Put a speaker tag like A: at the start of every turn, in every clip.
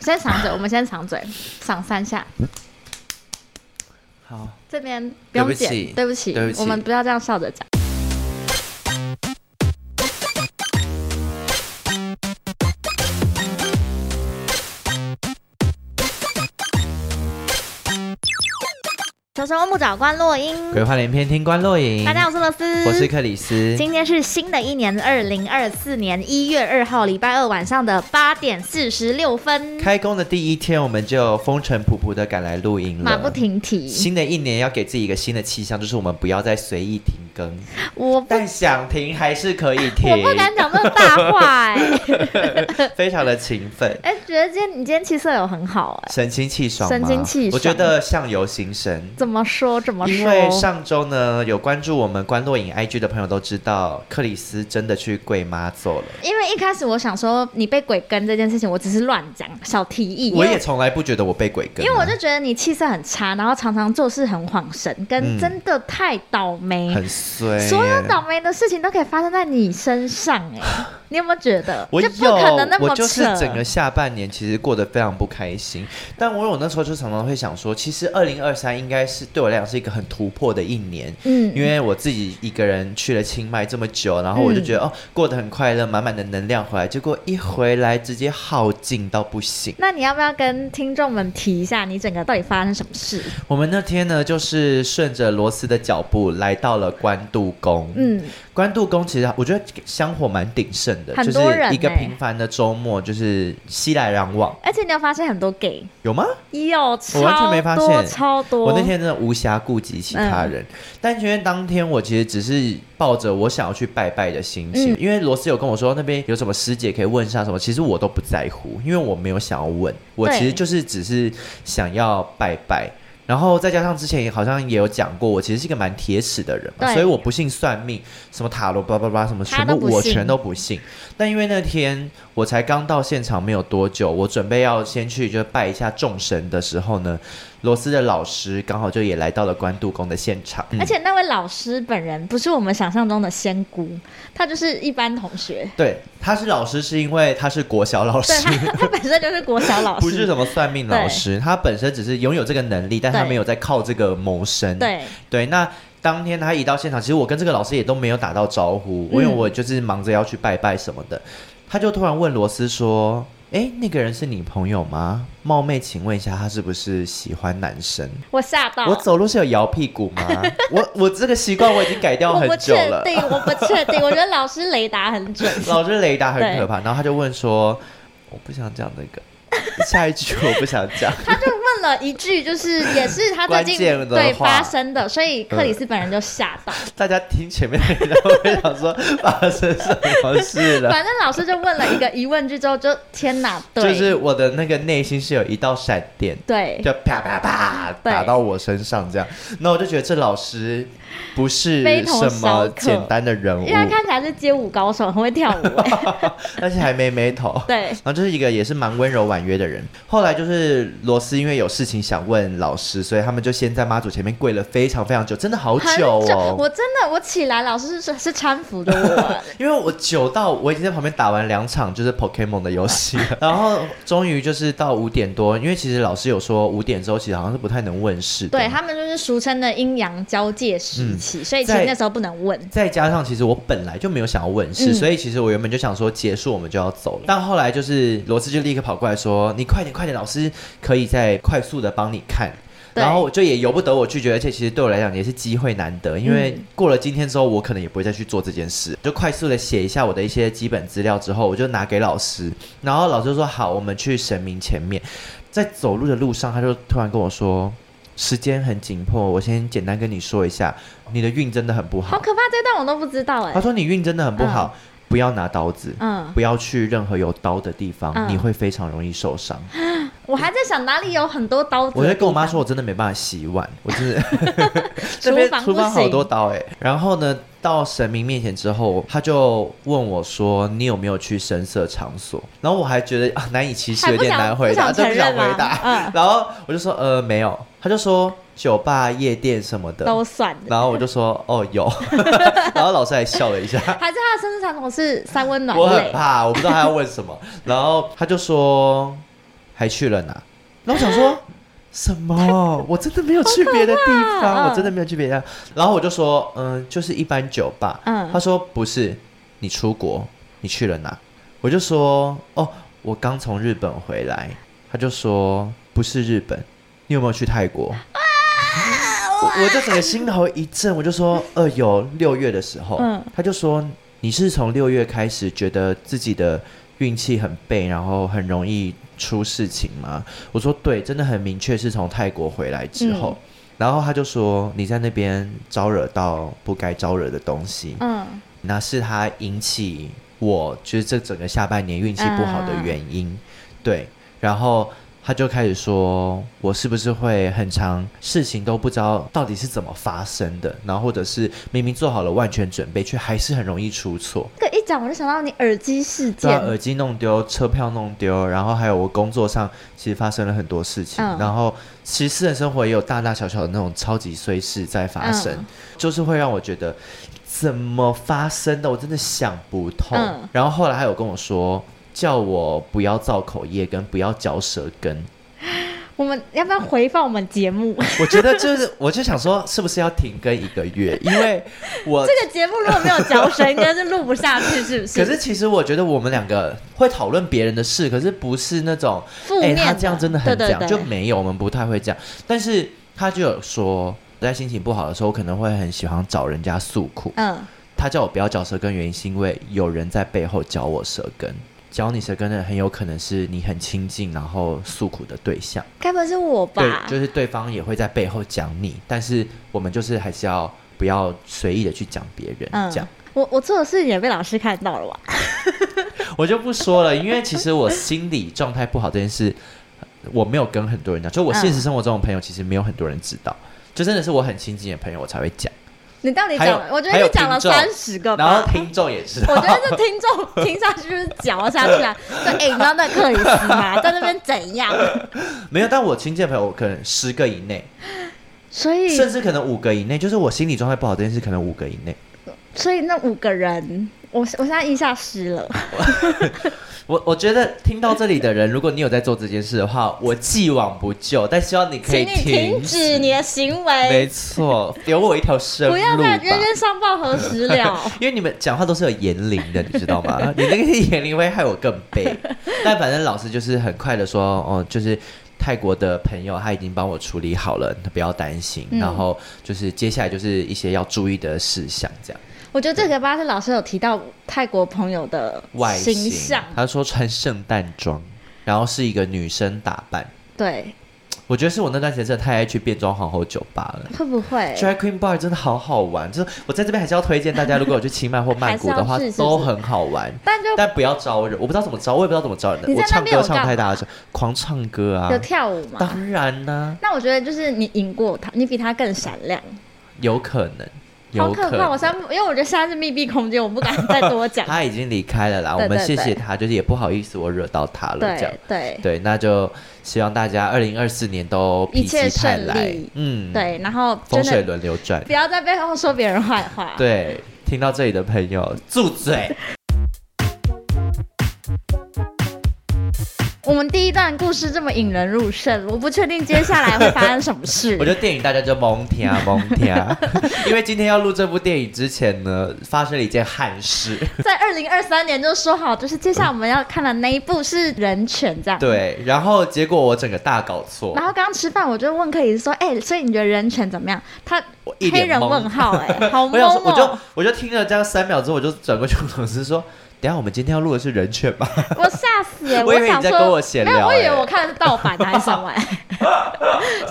A: 先长嘴，我们先长嘴，赏三下。
B: 好，
A: 这边不用剪，
B: 对
A: 对
B: 不
A: 不
B: 起
A: 起，
B: 对不起
A: 我们不要这样笑着讲。求生问木找关洛英，
B: 鬼话连篇，听官落影。
A: 大家好，我是乐思，
B: 我是克里斯。
A: 今天是新的一年，二零二四年一月二号礼拜二晚上的八点四十六分，
B: 开工的第一天，我们就风尘仆仆的赶来录音了，
A: 马不。停蹄。
B: 新的一年要给自己一个新的气象，就是我们不要再随意停更，
A: 我不，
B: 但想停还是可以停
A: 我。不敢讲这大话哎、
B: 非常的勤奋，
A: 哎、觉得今天你今天气色有很好哎、
B: 神清气爽吗，
A: 神清气爽
B: 我觉得相由心生。
A: 怎么说怎么
B: 因
A: 说？
B: 为上周呢，有关注我们关洛影 IG 的朋友都知道，克里斯真的去跪妈做了。
A: 因为一开始我想说你被鬼跟这件事情，我只是乱讲小提议，因
B: 我也
A: 为
B: 从来不觉得我被鬼跟啊，
A: 因为我就觉得你气色很差，然后常常做事很恍神，
B: 嗯
A: 跟真的太倒霉，
B: 很衰啊耶，
A: 所有倒霉的事情都可以发生在你身上、 哎，你有没有觉得？
B: 我
A: 就
B: 有
A: 不可能那，么
B: 我就是
A: 扯。
B: 整个下半年其实过得非常不开心。但我有那时候就常常会想说，其实二零二三应该是对我来讲是一个很突破的一年，
A: 嗯，
B: 因为我自己一个人去了清迈这么久，然后我就
A: 嗯
B: 觉得、哦，过得很快乐，满满的能量回来。结果一回来直接耗尽到不行。
A: 那你要不要跟听众们提一下，你整个到底发生什么事？
B: 我们那天呢，就是顺着罗斯的脚步来到了关渡宫。
A: 嗯，
B: 关渡宫其实我觉得香火蛮鼎盛的，
A: 很
B: 就是
A: 多人
B: 一个
A: 欸
B: 平凡的周末，就是熙来攘往，
A: 而且你有发现很多 gay，
B: 有吗？
A: 有超
B: 我完全没发
A: 多
B: 现
A: 超多。嗯
B: 我那天真的无暇顾及其他人，但因为当天我其实只是抱着我想要去拜拜的心
A: 嗯
B: 情，因为罗斯有跟我说那边有什么师姐可以问上什么，其实我都不在乎，因为我没有想要问，我
A: 对
B: 其实就是只是想要拜拜。然后再加上之前也好像也有讲过，我其实是一个蛮铁齿的人嘛，
A: 对
B: 所以我不信算命，什么塔罗叭叭叭，什么全
A: 他都
B: 部
A: 不
B: 我
A: 信
B: 全都不信。但因为那天我才刚到现场没有多久，我准备要先去就拜一下众神的时候呢，罗斯的老师刚好就也来到了关渡宫的现场，嗯
A: 而且那位老师本人不是我们想象中的仙姑，她就是一般同 学。
B: 对他是老师是因为他是国小老师
A: 对，，她她本身就是国小老
B: 不是
A: 师。
B: 什么算命老师，他本身只是拥有这个能力，但他
A: 对
B: 没有在靠这个谋生。
A: 对，
B: 对，那当天他一到现场，其实我跟这个老师也都没有打到招呼，因为我就是忙着要去拜拜什么的。他就突然问罗斯说：“哎，那个人是你朋友吗？冒昧请问一下，他是不是喜欢男生？
A: 我吓到，
B: 我走路是有摇屁股吗？ 我我这个习惯我已经改掉
A: 我
B: 很
A: 不
B: 久
A: 确
B: 了。
A: 定，我不确定，我觉得老师雷达很准。
B: 老师雷达很
A: 对
B: 可怕，然后他就问说：我不想讲这 个，下一句我不想讲。
A: 他就问了一句，就是也是他最近
B: 关键的话
A: 对发生的，所以克里斯本人就吓 到。
B: 大家听前面的人会想说发生什么事了。”
A: 反正老师就问了一个疑问句之后，就天哪， 对，
B: 就是我的那个内心是有一道闪电，
A: 对，
B: 就啪啪啪
A: 对
B: 打到我身上这样。那我就觉得这老师不是
A: 非同
B: 什么
A: 小可
B: 简单的人物
A: 因为，他看起来是街舞高手，很会跳舞、哎
B: 而且还没眉头。
A: 对，
B: 然后啊就是一个也是蛮温柔婉约的人。后来就是罗斯因为有事情想问老师，所以他们就先在妈祖前面跪了非常非常久，真的好
A: 很
B: 久哦。
A: 我真的我起来，老师是是搀扶着 我，
B: 因为我久到我已经在旁边打完两场就是 Pokemon 的游戏 了，然后终于就是到五点多，因为其实老师有说五点之后其实好像是不太能问世的，
A: 对他们就是俗称的阴阳交界时期，所以其
B: 嗯在
A: 实那时候不能问。
B: 再加上，其实我本来就没有想要问世，
A: 嗯
B: 所以其实我原本就想说结束我们就要走了。但后来就是罗斯就立刻跑过来说：“你快点，快点，老师可以再快速的帮你看。”
A: 对
B: 然后我就也由不得我拒绝，而且其实对我来讲也是机会难得，因为
A: 嗯
B: 过了今天之后，我可能也不会再去做这件事。就快速的写一下我的一些基本资料之后，我就拿给老师，然后老师就说：“好，我们去神明前面。”在走路的路上，他就突然跟我说：“时间很紧迫，我先简单跟你说一下，你的运真的很不好。”
A: 好可怕，这段我都不知道哎、
B: 他说你运真的很不好，不要拿刀子，
A: 嗯，
B: 不要去任何有刀的地方，
A: 嗯
B: 你会非常容易受 伤。
A: 我还在想哪里有很多刀子。
B: 我在跟我妈说，，我真的没办法洗碗，我 真的这 边
A: 厨房
B: 厨
A: 不
B: 房好
A: 行
B: 多刀哎、然后呢，到神明面前之后，他就问我说：“你有没有去神社场所？”然后我还觉得啊，难以启齿，
A: 还
B: 有
A: 不
B: 点
A: 想
B: 难回
A: 不
B: 答，
A: 想
B: 真
A: 承
B: 不想
A: 认
B: 回
A: 吗
B: 答。
A: 嗯
B: 然后我就说：“呃，没有。”他就说：“酒吧、夜店什么的。”
A: 都算的。
B: 然后我就说：“哦，有。” 然后老师还笑了一下。
A: 还是他的生日传统是三温暖
B: 我很
A: 类，
B: 怕，我不知道他要问 什么。然后他就说还去了哪？然后 我想说什么？我真的没有去别的
A: 好
B: 地
A: 可怕
B: 方，
A: 嗯
B: 我真的没有去别的地方。然后我就说，嗯，就是一般酒吧。
A: 嗯
B: 他说不是，你出国，你去了哪？我就说，哦，我刚从日本回来。他就说不是日本，你有没有去泰国？我我就整个心头一震，我就说，呃，有六月的时候，
A: 嗯
B: 他就说你是从六月开始觉得自己的运气很背，然后很容易出事情吗？我说对，真的很明确是从泰国回来之后，然后他就说你在那边招惹到不该招惹的东西，
A: 嗯，
B: 那是他引起我就是这整个下半年运气不好的原因。对，然后他就开始说，我是不是会很长事情都不知道到底是怎么发生的，然后或者是明明做好了万全准备，却还是很容易出错。
A: 这个一讲我就想到你耳机事
B: 对
A: 件
B: 啊，，耳机弄丢，车票弄丢，然后还有我工作上其实发生了很多事情，
A: 嗯
B: 然后其实私人生活也有大大小小的那种超级碎事在发生，
A: 嗯
B: 就是会让我觉得怎么发生的，我真的想不通。
A: 嗯
B: 然后后来还有跟我说。叫我不要造口业，跟不要嚼舌根。
A: 我们要不要回放我们节 目？
B: 我觉得 就是，我就想说，是不是要停更一个月？因为我
A: 这个节目如果没有嚼舌，应该是录不下去，是不是？
B: 可是其实我觉得我们两个会讨论别人的事，可是不是那种
A: 负
B: 哎、
A: 面的、
B: 他这样真的很这
A: 对
B: 样，
A: 对对
B: 就没有我们不太会这样。但是他就有说，我在心情不好的时候，我可能会很喜欢找人家诉苦。
A: 嗯，
B: 他叫我不要嚼舌根，原因是因为有人在背后嚼我舌根。嚼你舌根的人很有可能是你很亲近，然后诉苦的对象。
A: 该不会是我
B: 对
A: 吧？，
B: 就是对方也会在背后讲你，但是我们就是还是要不要随意的去讲别人，
A: 嗯
B: 这样。
A: 我我做的事情也被老师看到了吧？
B: 我就不说了，因为其实我心理状态不好这件事，我没有跟很多人讲，就我
A: 嗯
B: 现实生活中的朋友其实没有很多人知道，就真的是我很亲近的朋友我才会讲，
A: 你到底
B: 还
A: 讲
B: 有
A: 了？我觉
B: 还
A: 得
B: 有
A: 你讲了
B: 听众
A: 三十个
B: 然后
A: 吧。
B: 听众也知
A: 我觉
B: 道。
A: 得这听众 听上去就是嚼下去 啊，就哎、你知道那克里斯吗？ 在那边怎样？
B: 没有，但我亲近的朋友可能十个以内，
A: 所以，
B: 甚至可能五个以内，就是我心理状态不好这件事，可能五个以内。
A: 所以那五个人，我我现在一下湿了。
B: 我我觉得听到这里的人，如果你有在做这件事的话，我既往不咎，但希望你 可
A: 请
B: 以
A: 你停止你的行为，
B: 没错，留我一条生路
A: 不
B: 吧。
A: 要再冤冤相报何时了。
B: 因为你们讲话都是有言灵的，你知道吗？ 你那个言灵会害我更悲。但反正老师就是很快的说，哦，就是泰国的朋友他已经帮我处理好了，不要担心。
A: 嗯
B: 然后就是接下来就是一些要注意的事项，这样。
A: 我觉得这个吧是老师有提到泰国朋友的
B: 外
A: 形
B: 形，
A: 象，
B: 他说穿圣诞装，然后是一个女生打扮。
A: 对，
B: 我觉得是我那段时间真的太爱去变装皇后酒吧了。
A: 会不会？
B: Drag Queen Bar 真的好好玩，就是我在这边还是要推荐大家，如果有去清迈或曼谷的话，
A: 还是要去是不是
B: 都很好玩。
A: 但就
B: 但不要招惹，我不知道怎么招，我也不知道怎么招惹
A: 你
B: 我
A: 在那
B: 唱
A: 边
B: 歌
A: 有干
B: 唱
A: 嘛
B: 太大声，狂唱歌啊
A: 有！跳舞吗？
B: 当然啊呢、
A: 那我觉得就是你赢过他，你比他更闪亮，
B: 有可能，
A: 好
B: 有
A: 可怕！我
B: 能。
A: 现在因为我觉得现在是密闭空间，我不敢再多 讲。
B: 他已经离开了啦，
A: 对
B: 我们
A: 对
B: 谢
A: 对
B: 谢他，就是也不好意思我惹到他了，这样
A: 对。对
B: 对，那就希望大家二零二四年都
A: 一
B: 脾
A: 切
B: 气太
A: 顺
B: 来
A: 利，
B: 嗯，，
A: 对，然后
B: 风
A: 真
B: 水
A: 的
B: 轮流转
A: 不，要在背后说别人坏话。
B: 对。听到这里的朋友，住嘴！
A: 我们第一段故事这么引人入胜，我不确定接下来会发生什么事
B: 我。觉得电影大家就蒙听啊蒙听啊， 因为今天要录这部电影之前呢，发生了一件憾事。
A: 在二零二三年就说好，就是接下来我们要看的那一部是《人权》这样。
B: 对，然后结果我整个大搞错
A: 然，后刚刚吃饭，我就问克里斯说：“哎、所以你觉得人权怎么样？”他
B: 我一
A: 黑
B: 脸
A: 人
B: 懵。
A: 问号、哎，好
B: 我
A: 懵
B: 想说，
A: 哦、
B: 我就我就听了这样三秒之后，我就转过去问老师说：“等一下我们今天要录的是人犬吧
A: 我吓死、哎，
B: 我以为
A: 想
B: 你在
A: 说，
B: 跟我闲聊
A: 没有，我以为
B: 哎
A: 我看的是盗版的还是什么、 哎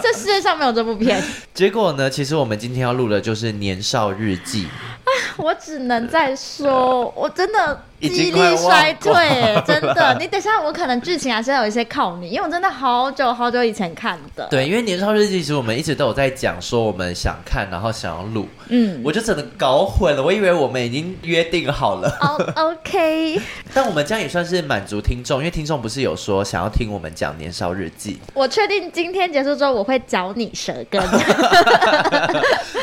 A: 这世界上没有这部片，？”
B: 结果呢，其实我们今天要录的就是《年少日记》。
A: 我只能再说，我真的
B: 呃已
A: 记忆
B: 经
A: 力
B: 快
A: 衰
B: 忘
A: 退
B: 光。
A: 耶，真 的。你等一下，我可能剧情还是要有一些靠你，因为我真的好久好久以前看的。，
B: 对，因为年少日记其实我们一直都有在讲说我们想看，然后想要录，
A: 嗯，
B: 我就整个搞混了，我以为我们已经约定好了。
A: 哦，OK，
B: 但我们这样也算是满足听众，因为听众不是有说想要听我们讲年少日记，
A: 我确定今天结束之后我会嚼你舌 根。
B: 哎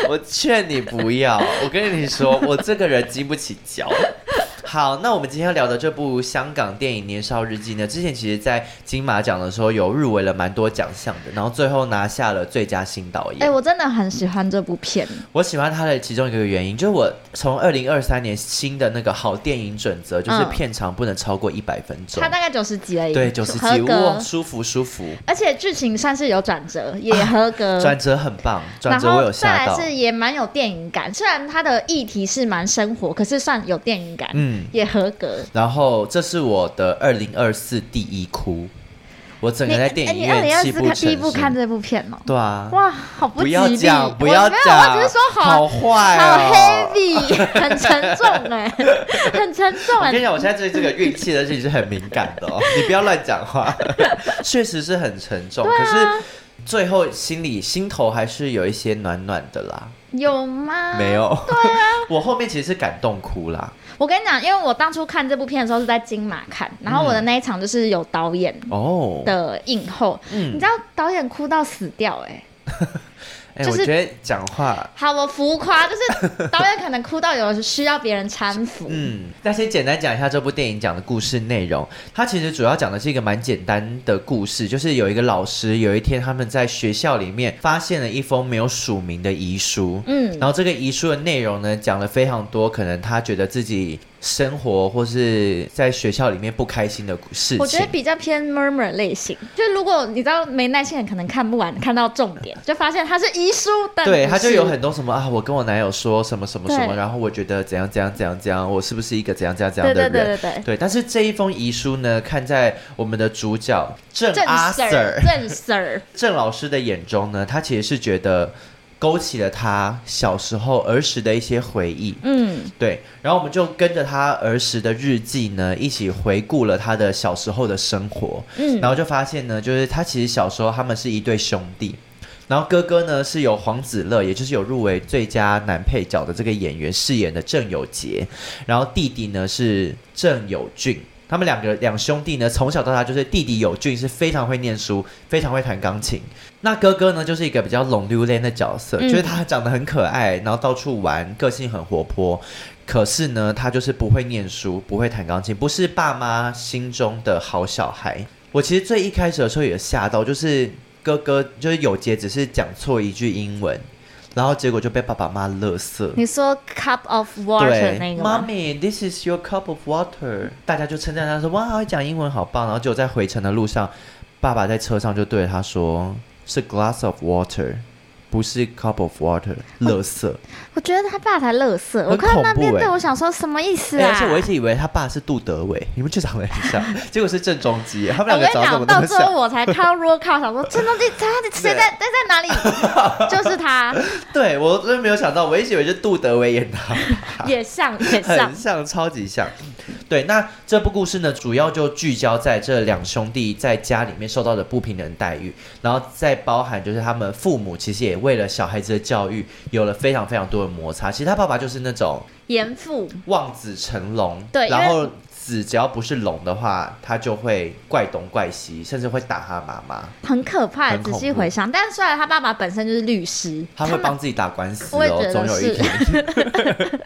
B: 我劝你不要。我跟你说，我这个人经不起嚼。好，那我们今天要聊的这部香港电影《年少日记》呢，之前其实在金马奖的时候有入围了蛮多奖项的，然后最后拿下了最佳新导演。
A: 哎、我真的很喜欢这部片。
B: 我喜欢它的其中一个原因，就是我从二零二三年新的那个好电影准则，就是
A: 嗯
B: 片长不能超过一百分钟
A: 它。大概九十集而已，
B: 对，九十
A: 合
B: 几，哇，
A: 格，
B: 舒服舒服，
A: 而且剧情算是有转折，也合格。
B: 啊转折很棒，转
A: 嗯然
B: 折我
A: 后
B: 有
A: 再
B: 吓
A: 来
B: 到。
A: 是也蛮有电影感，虽然它的议题是蛮生活，可是算有电影感，
B: 嗯，
A: 也合格。
B: 然后这是我的二零二四第一哭，我整个在电影
A: 你二零
B: 院
A: 二
B: 泣
A: 四
B: 不
A: 看
B: 成
A: 第一部
B: 声。
A: 看这部片哦、
B: 对啊，
A: 哇，好吉利！
B: 要讲，不要
A: 我没有
B: 讲，
A: 我只是说好，
B: 好坏
A: 好
B: 哦。
A: heavy，很沉重哎、很沉重
B: 我
A: 哎、
B: 跟你讲，我现在对这个运气的事情是很敏感的哦，你不要乱讲话。 确实是很沉重，
A: 啊
B: 可是最后心里心头还是有一些暖暖的啦。
A: 欸有吗？
B: 没。有，对啊， 我后面其实是感动哭啦。
A: 我跟你讲，因为我当初看这部片的时候是在金马看，然后我
B: 嗯
A: 的那一场就是有导演
B: 哦，
A: 的映后，
B: 嗯
A: 你知道导演哭到死掉哎、
B: 哎，
A: 就
B: 我
A: 是
B: 觉得讲话。
A: 好，我浮夸，就是 导演可能哭到有需要别人搀扶。
B: 嗯，那先简单讲一下这部电影讲的故事内容。它其实主要讲的是一个蛮简单的故事，就是有一个老师，有一天他们在学校里面发现了一封没有署名的遗书。
A: 嗯，
B: 然后这个遗书的内容呢，讲了非常多，可能他觉得自己生活或是在学校里面不开心的事情。
A: 我觉得比较偏 murmur 类型，就如果你知道没耐心，可能看不完，看到重点，就发现它是遗书，但
B: 对，
A: 不
B: 他就是有很多什么啊，我跟我男友说什么什么什么，
A: 对
B: 然后我觉得怎样怎样怎样怎样，我是不是一个怎样怎样怎样
A: 对
B: 的
A: 对
B: 人？
A: 对对对。
B: 对，但是这一封遗书呢，看在我们的主角郑
A: 郑
B: 阿 Sir
A: Sir，郑 Sir，
B: 郑老师的眼中呢，他其实是觉得勾起了他小时候儿时的一些回忆。
A: 嗯，
B: 对，然后我们就跟着他儿时的日记呢，一起回顾了他的小时候的生活。
A: 嗯
B: 然后就发现呢，就是他其实小时候他们是一对兄弟。然后哥哥呢是由黄子乐，也就是有入围最佳男配角的这个演员饰演的郑有杰，然后弟弟呢是郑有俊。他们两个两兄弟呢，从小到大就是弟弟有俊是非常会念书，非常会弹钢琴。那哥哥呢，就是一个比较冷溜溜的角色，
A: 嗯
B: 就是他长得很可爱，然后到处玩，个性很活泼。可是呢，他就是不会念书，不会弹钢琴，不是爸妈心中的好小孩。我其实最一开始的时候也吓到，就是哥哥就是有杰只是讲错一句英文，然后结果就被爸爸骂乐色。
A: 你说 cup of water 那
B: 对，
A: 个
B: 妈
A: 吗？
B: 咪，this is your cup of water。大家就称赞他说：“哇，会讲英文好棒！”然后结果在回程的路上，爸爸在车上就对他说：“是 glass of water，不是 cup of water，乐
A: 哦
B: 色。
A: 我觉得他爸才乐色，
B: 很
A: 我看到那边
B: 恐怖欸
A: 对我想说什么意思
B: 欸
A: 啊？
B: 而且我一直以为他爸是杜德伟，你们就长得很 像，结果是郑中基耶，他
A: 哎
B: 们
A: 我跟
B: 两个
A: 你
B: 长得怎
A: 讲，
B: 么那
A: 到
B: 么
A: 最后
B: 像？
A: 我才看到 roll call，想说这东西他谁在在在哪里？ 就是他，
B: 对我真的没有想到，我一直以为是杜德伟演他。
A: 也像 也像
B: 很，像，超级像。对，那这部故事呢，主要就聚焦在这两兄弟在家里面受到的不平等待遇，然后再包含就是他们父母其实也为了小孩子的教育有了非常非常多的摩擦。其实他爸爸就是那种
A: 严父
B: 望子成龙，
A: 对
B: 然
A: 因
B: 后子只要不是龙的话，他就会怪东怪西，甚至会打他妈妈，
A: 很可怕。
B: 很
A: 仔
B: 恐怖
A: 细回想，但虽然他爸爸本身就是律师，
B: 他会
A: 们
B: 帮自己打官司
A: 我也觉
B: 哦，
A: 得
B: 总有一
A: 是
B: 天。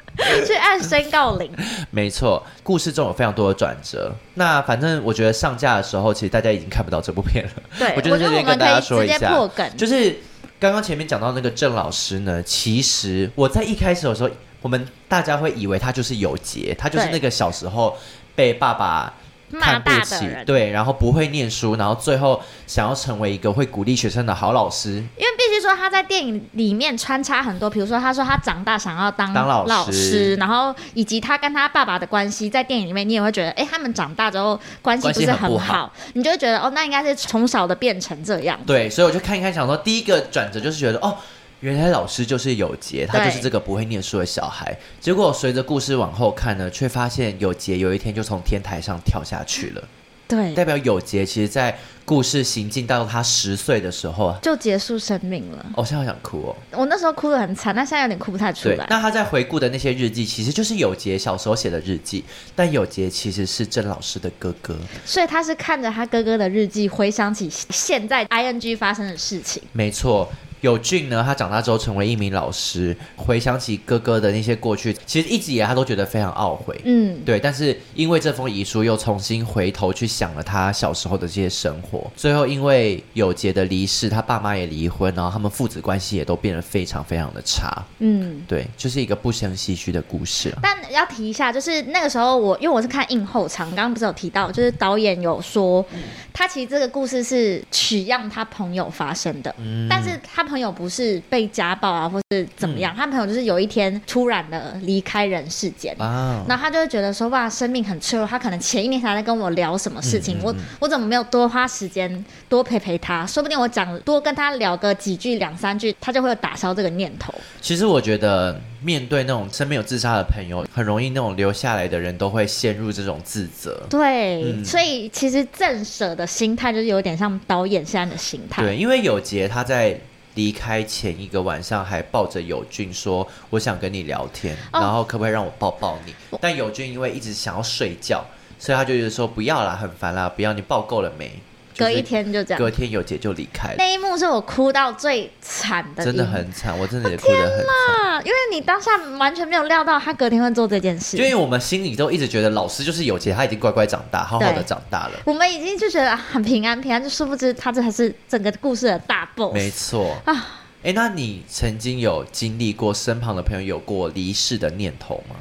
A: 去按申告铃，
B: 没错，故事中有非常多的转折。那反正我觉得上架的时候，其实大家已经看不到这部片了。
A: 对，
B: 我
A: 我
B: 觉得这边
A: 们
B: 跟
A: 可
B: 大家
A: 以
B: 说
A: 直
B: 一
A: 接
B: 下
A: 破梗，
B: 就是刚刚前面讲到那个郑老师呢，其实我在一开始的时候，我们大家会以为他就是有杰，他就是
A: 对
B: 那个小时候被爸爸
A: 骂
B: 看不
A: 大的
B: 起，
A: 人。
B: 对，然后不会念书，然后最后想要成为一个会鼓励学生的好老师，
A: 因为必须说他在电影里面穿插很多，比如说他说他长大想要当
B: 当老师
A: 师然后以及他跟他爸爸的关系，在电影里面你也会觉得，哎、他们长大之后关系
B: 关
A: 不
B: 系
A: 是
B: 很不
A: 好，你就会觉得哦，那应该是从小的变成这样。
B: 对，所以我就看一看，想说第一个转折就是觉得哦，原来老师就是有杰，他就是这个不会念书的小孩。结果随着故事往后看呢，却发现有杰有一天就从天台上跳下去了。
A: 对，
B: 代表有杰其实，在故事行进到他十岁的时候，啊
A: 就结束生命了。
B: 哦，现在好想哭哦。
A: 我那时候哭得很惨，但现在有点哭不太出
B: 对
A: 来，。
B: 那他在回顾的那些日记，其实就是有杰小时候写的日记，但有杰其实是郑老师的哥哥。
A: 所以他是看着他哥哥的日记，回想起现在 ing 发生的事情。
B: 没错，有俊呢，他长大之后成为一名老师，回想起哥哥的那些过去，其实一直以来他都觉得非常懊悔。
A: 嗯，
B: 对，但是因为这封遗书，又重新回头去想了他小时候的这些生活。最后，因为有杰的离世，他爸妈也离婚，然后他们父子关系也都变得非常非常的差。
A: 嗯。
B: 对，就是一个不生唏嘘的故事啊。
A: 但要提一下，就是那个时候我，因为我是看映后场，刚刚不是有提到，就是导演有说，他其实这个故事是取样他朋友发生的，但是他朋友不是被家暴啊，或是怎么样，他朋友就是有一天突然的离开人世间。
B: 啊，
A: 然后他就会觉得说，哇，生命很脆弱。他可能前一年才在跟我聊什么事情，
B: 嗯嗯
A: 我我怎么没有多花时间多陪陪他？说不定我讲多跟他聊个几句两三句，他就会有打消这个念头。
B: 其实我觉得，面对那种身边有自杀的朋友，很容易那种留下来的人都会陷入这种自责。
A: 对，
B: 嗯
A: 所以其实正舍的心态就是有点像导演现在的心态。
B: 对，因为有杰他在离开前一个晚上还抱着友俊说：“我想跟你聊天，
A: 哦
B: 然后可不可以让我抱抱你？”但友俊因为一直想要睡觉，所以他就觉得说：“不要啦，很烦啦，不要你抱够了没？”就
A: 隔
B: 是
A: 一天就这
B: 隔
A: 样。
B: 天有杰就离开了，
A: 那一幕是我哭到最惨的一幕，
B: 真的很惨，我真的也哭得很惨。
A: 啊！因为你当下完全没有料到他隔天会做这件
B: 就因
A: 事。
B: 为我们心里都一直觉得老师就是有杰，他已经乖乖长大，好好的
A: 对
B: 长大了。
A: 我们已经就觉得啊很平安平安，就殊不知他这才是整个故事的大 boss。
B: 没错
A: 啊
B: 哎、那你曾经有经历过身旁的朋友有过离世的念头吗？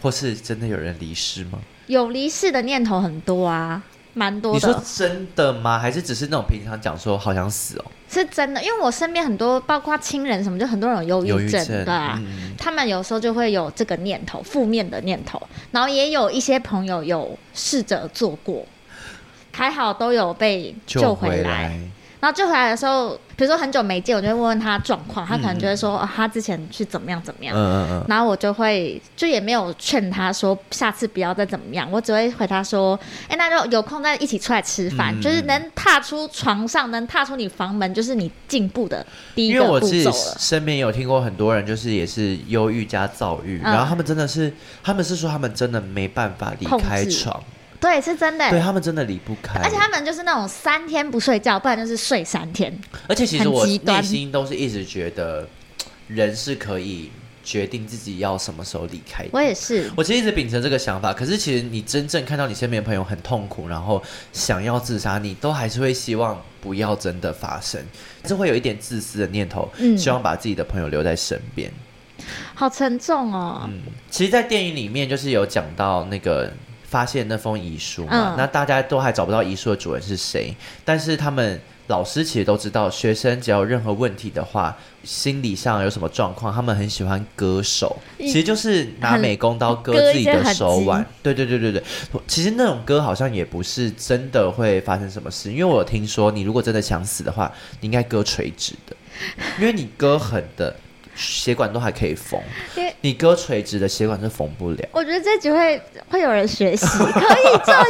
B: 或是真的有人离世吗？
A: 有离世的念头很多啊，蛮多
B: 你说
A: 的，
B: 真的吗？还是只是那种平常讲说好想死哦，
A: 是真的。因为我身边很多，包括亲人什么，就很多人有忧
B: 忧
A: 郁
B: 郁
A: 症
B: 症
A: 的、啊。
B: 嗯
A: 他们有时候就会有这个念头，负面的念头，然后也有一些朋友有试着做过，还好都有被救
B: 救
A: 回来。
B: 回来。
A: 然后救回来的时候，比如说很久没见，我就会问问他状况，他可能就会说、哦、他之前去怎么样怎么
B: 嗯
A: 样，
B: 嗯嗯，
A: 然后我就会就也没有劝他说下次不要再怎么样，我只会回他说，哎，那就有空再一起出来吃饭，
B: 嗯
A: 就是能踏出床上，能踏出你房门，就是你进步的第一
B: 因
A: 个
B: 为我
A: 步
B: 自己
A: 骤了。
B: 身边有听过很多人，就是也是忧郁加躁郁，
A: 嗯
B: 然后他们真的是，他们是说他们真的没办法离
A: 控制
B: 开床，
A: 对，是真的。
B: 对他们真的离不开，
A: 而且他们就是那种三天不睡觉，不然就是睡三天。
B: 而且其实
A: 很
B: 我
A: 极端
B: 内心都是一直觉得，人是可以决定自己要什么时候离开的。
A: 我也是，
B: 我其实一直秉承这个想法，可是其实你真正看到你身边的朋友很痛苦，然后想要自杀，你都还是会希望不要真的发生，还是会有一点自私的念头，
A: 嗯
B: 希望把自己的朋友留在身边。
A: 好沉重哦。
B: 嗯，其实，在电影里面就是有讲到那个发现那封遗书嘛，
A: 嗯
B: 那大家都还找不到遗书的主人是谁，但是他们老师其实都知道，学生只要有任何问题的话，心理上有什么状况，他们很喜欢割手，
A: 嗯
B: 其实就是拿美工刀割
A: 割
B: 自己
A: 一些
B: 的
A: 痕
B: 手腕
A: 迹。
B: 对对对对对，其实那种割好像也不是真的会发生什么事，因为我有听说，你如果真的想死的话，你应该割垂直 的，因为你割狠的。血管都还可以 缝，
A: 因为
B: 你割垂直的血管是缝不了。
A: 我觉得这集会会有人学 习，可以这样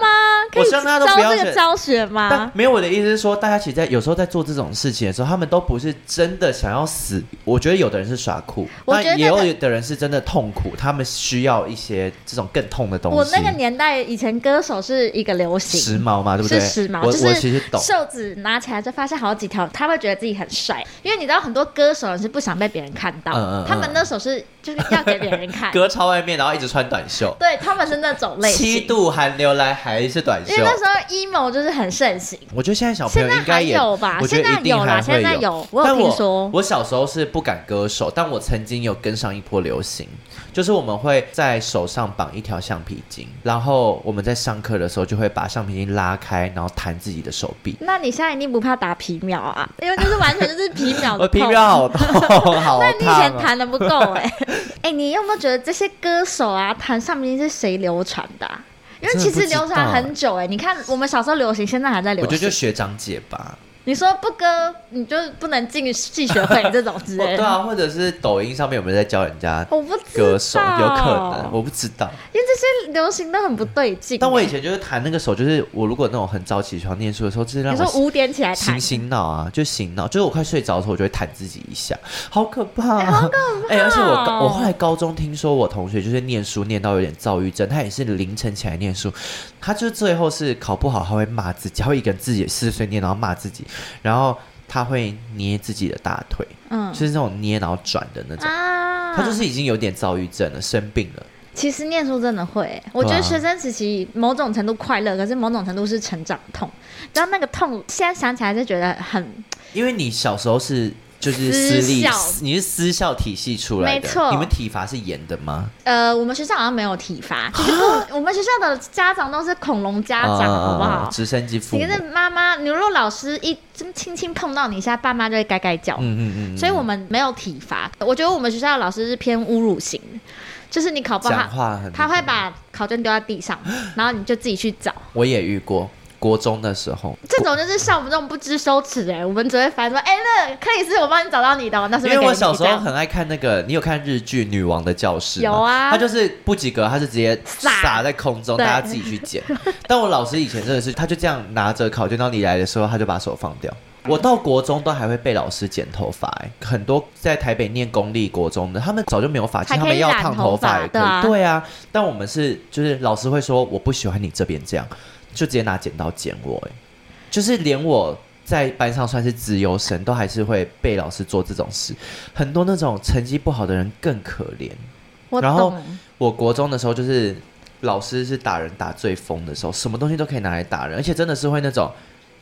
A: 吗？可
B: 我
A: 以
B: 希望大家都
A: 招
B: 不要
A: 这个
B: 学
A: 教学
B: 但
A: 吗？
B: 没有我的意思是说，大家其实在有时候在做这种事情的时候，他们都不是真的想要死。我觉得有的人是耍酷，
A: 我
B: 那
A: 觉得
B: 也有的人是真的痛苦，他们需要一些这种更痛的东西。
A: 我那个年代以前歌手是一个流
B: 时
A: 行。
B: 髦嘛，对不对？
A: 是时髦，
B: 我、
A: 就
B: 我其实
A: 是
B: 懂。
A: 袖子拿起来就发现好几条，他会觉得自己很帅，因为你知道很多歌手是不想被别人看到，
B: 嗯嗯嗯
A: 他们那时候是就是要给别人看，
B: 隔超外面，然后一直穿短袖，
A: 对他们是那种类
B: 七
A: 型，
B: 度寒流来还是短袖
A: 因为。那时候 emo 就是很盛行，
B: 我觉得现在小朋
A: 现
B: 友
A: 在
B: 应该
A: 还
B: 也，
A: 有吧？
B: 我觉
A: 现
B: 得
A: 在
B: 一定
A: 有
B: 还
A: 啦，
B: 会
A: 现在
B: 有。
A: 有，我有
B: 但
A: 听说。
B: 我小时候是不敢割手，但我曾经有跟上一波流行，就是我们会在手上绑一条橡皮筋，然后我们在上课的时候就会把橡皮筋拉开，然后弹自己的手臂。
A: 那你现在一定不怕打皮秒啊？因为就是完全就是皮秒
B: 我
A: 的
B: 皮
A: 痛
B: 肤好痛，好
A: 那你以前
B: 烫、哦。
A: 弹的不够哎、 哎、你有没有觉得这些歌手啊，弹上面是谁流传的啊、欸因为其实流传很久哎、你看我们小时候流行，现在还在流
B: 我觉得就
A: 行。
B: 学长姐吧，
A: 你说不割，你就不能进戏学会这种之
B: 或
A: 类
B: 对
A: 的。
B: 啊，或者是抖音上面有没有在教人家
A: 我不知道，
B: 歌手？有可能，我不知道。
A: 因为这些流行都很不对劲。
B: 但我以前就是弹那个手，就是我如果那种很早起床念书的时候，就是让
A: 你
B: 我
A: 说五点起来
B: 醒
A: 弹，
B: 醒脑啊，就醒脑，就是我快睡着的时候，我就会弹自己一下，好可怕、好可怕！哎、而且我高我
A: 哦
B: 后来高中听说我同学就是念书念到有点躁郁症，他也是凌晨起来念书，他就最后是考不好，他会骂自己，他会一个人自己四岁念，然后骂自己，然后他会捏自己的大腿，
A: 嗯
B: 就是那种捏然后转的那种，
A: 啊，
B: 他就是已经有点躁郁症了，生病了。
A: 其实念书真的会欸，我觉
B: 对啊
A: 得学生时期某种程度快
B: 啊
A: 乐，可是某种程度是成长痛。然后那个痛，现在想起来就觉得很
B: 因为你小时候是就是私
A: 私
B: 立
A: 校，
B: 你是私校体系出来
A: 没
B: 的，
A: 错
B: 你们体罚是严的吗？
A: 呃，我们学校好像没有体罚，就是不，我们学校的家长都是恐龙家长，好不
B: 啊
A: 好？
B: 直升机父
A: 你
B: 母。
A: 跟着妈妈，你如果老师一轻轻碰到你一下，爸妈就会改改脚。
B: 嗯嗯嗯，
A: 所以我们没有体罚。我觉得我们学校的老师是偏侮辱型的，就是你考不
B: 讲
A: 好，
B: 话很，嗯
A: 他会把考卷丢在地上，然后你就自己去找。
B: 我也遇过，国中的时候，
A: 这种就是像我们这种不知羞耻的人，我们只会烦说，哎、那克里斯，我帮你找到你的哦，那是
B: 因为我小时候很爱看那个，你有看日剧《女王的教室》吗
A: 有啊
B: 他就是不及格，他是直接
A: 撒
B: 撒在空中，大
A: 对
B: 家自己去捡。但我老师以前真的是，他就这样拿着考卷，到你来的时候，他就把手放掉。我到国中都还会被老师剪头发、欸，很多在台北念公立国中的，他们早就没有发际，
A: 还
B: 他
A: 可以
B: 们要
A: 染
B: 烫
A: 头
B: 发
A: 发
B: 也可
A: 对
B: 以。
A: 啊
B: 对啊，但我们是就是老师会说我不喜欢你这边这样，就直接拿剪刀剪我、欸，就是连我在班上算是自由生，都还是会被老师做这种事。很多那种成绩不好的人更可怜。
A: 我
B: 然后
A: 懂。
B: 我国中的时候，就是老师是打人打最疯的时候，什么东西都可以拿来打人，而且真的是会那种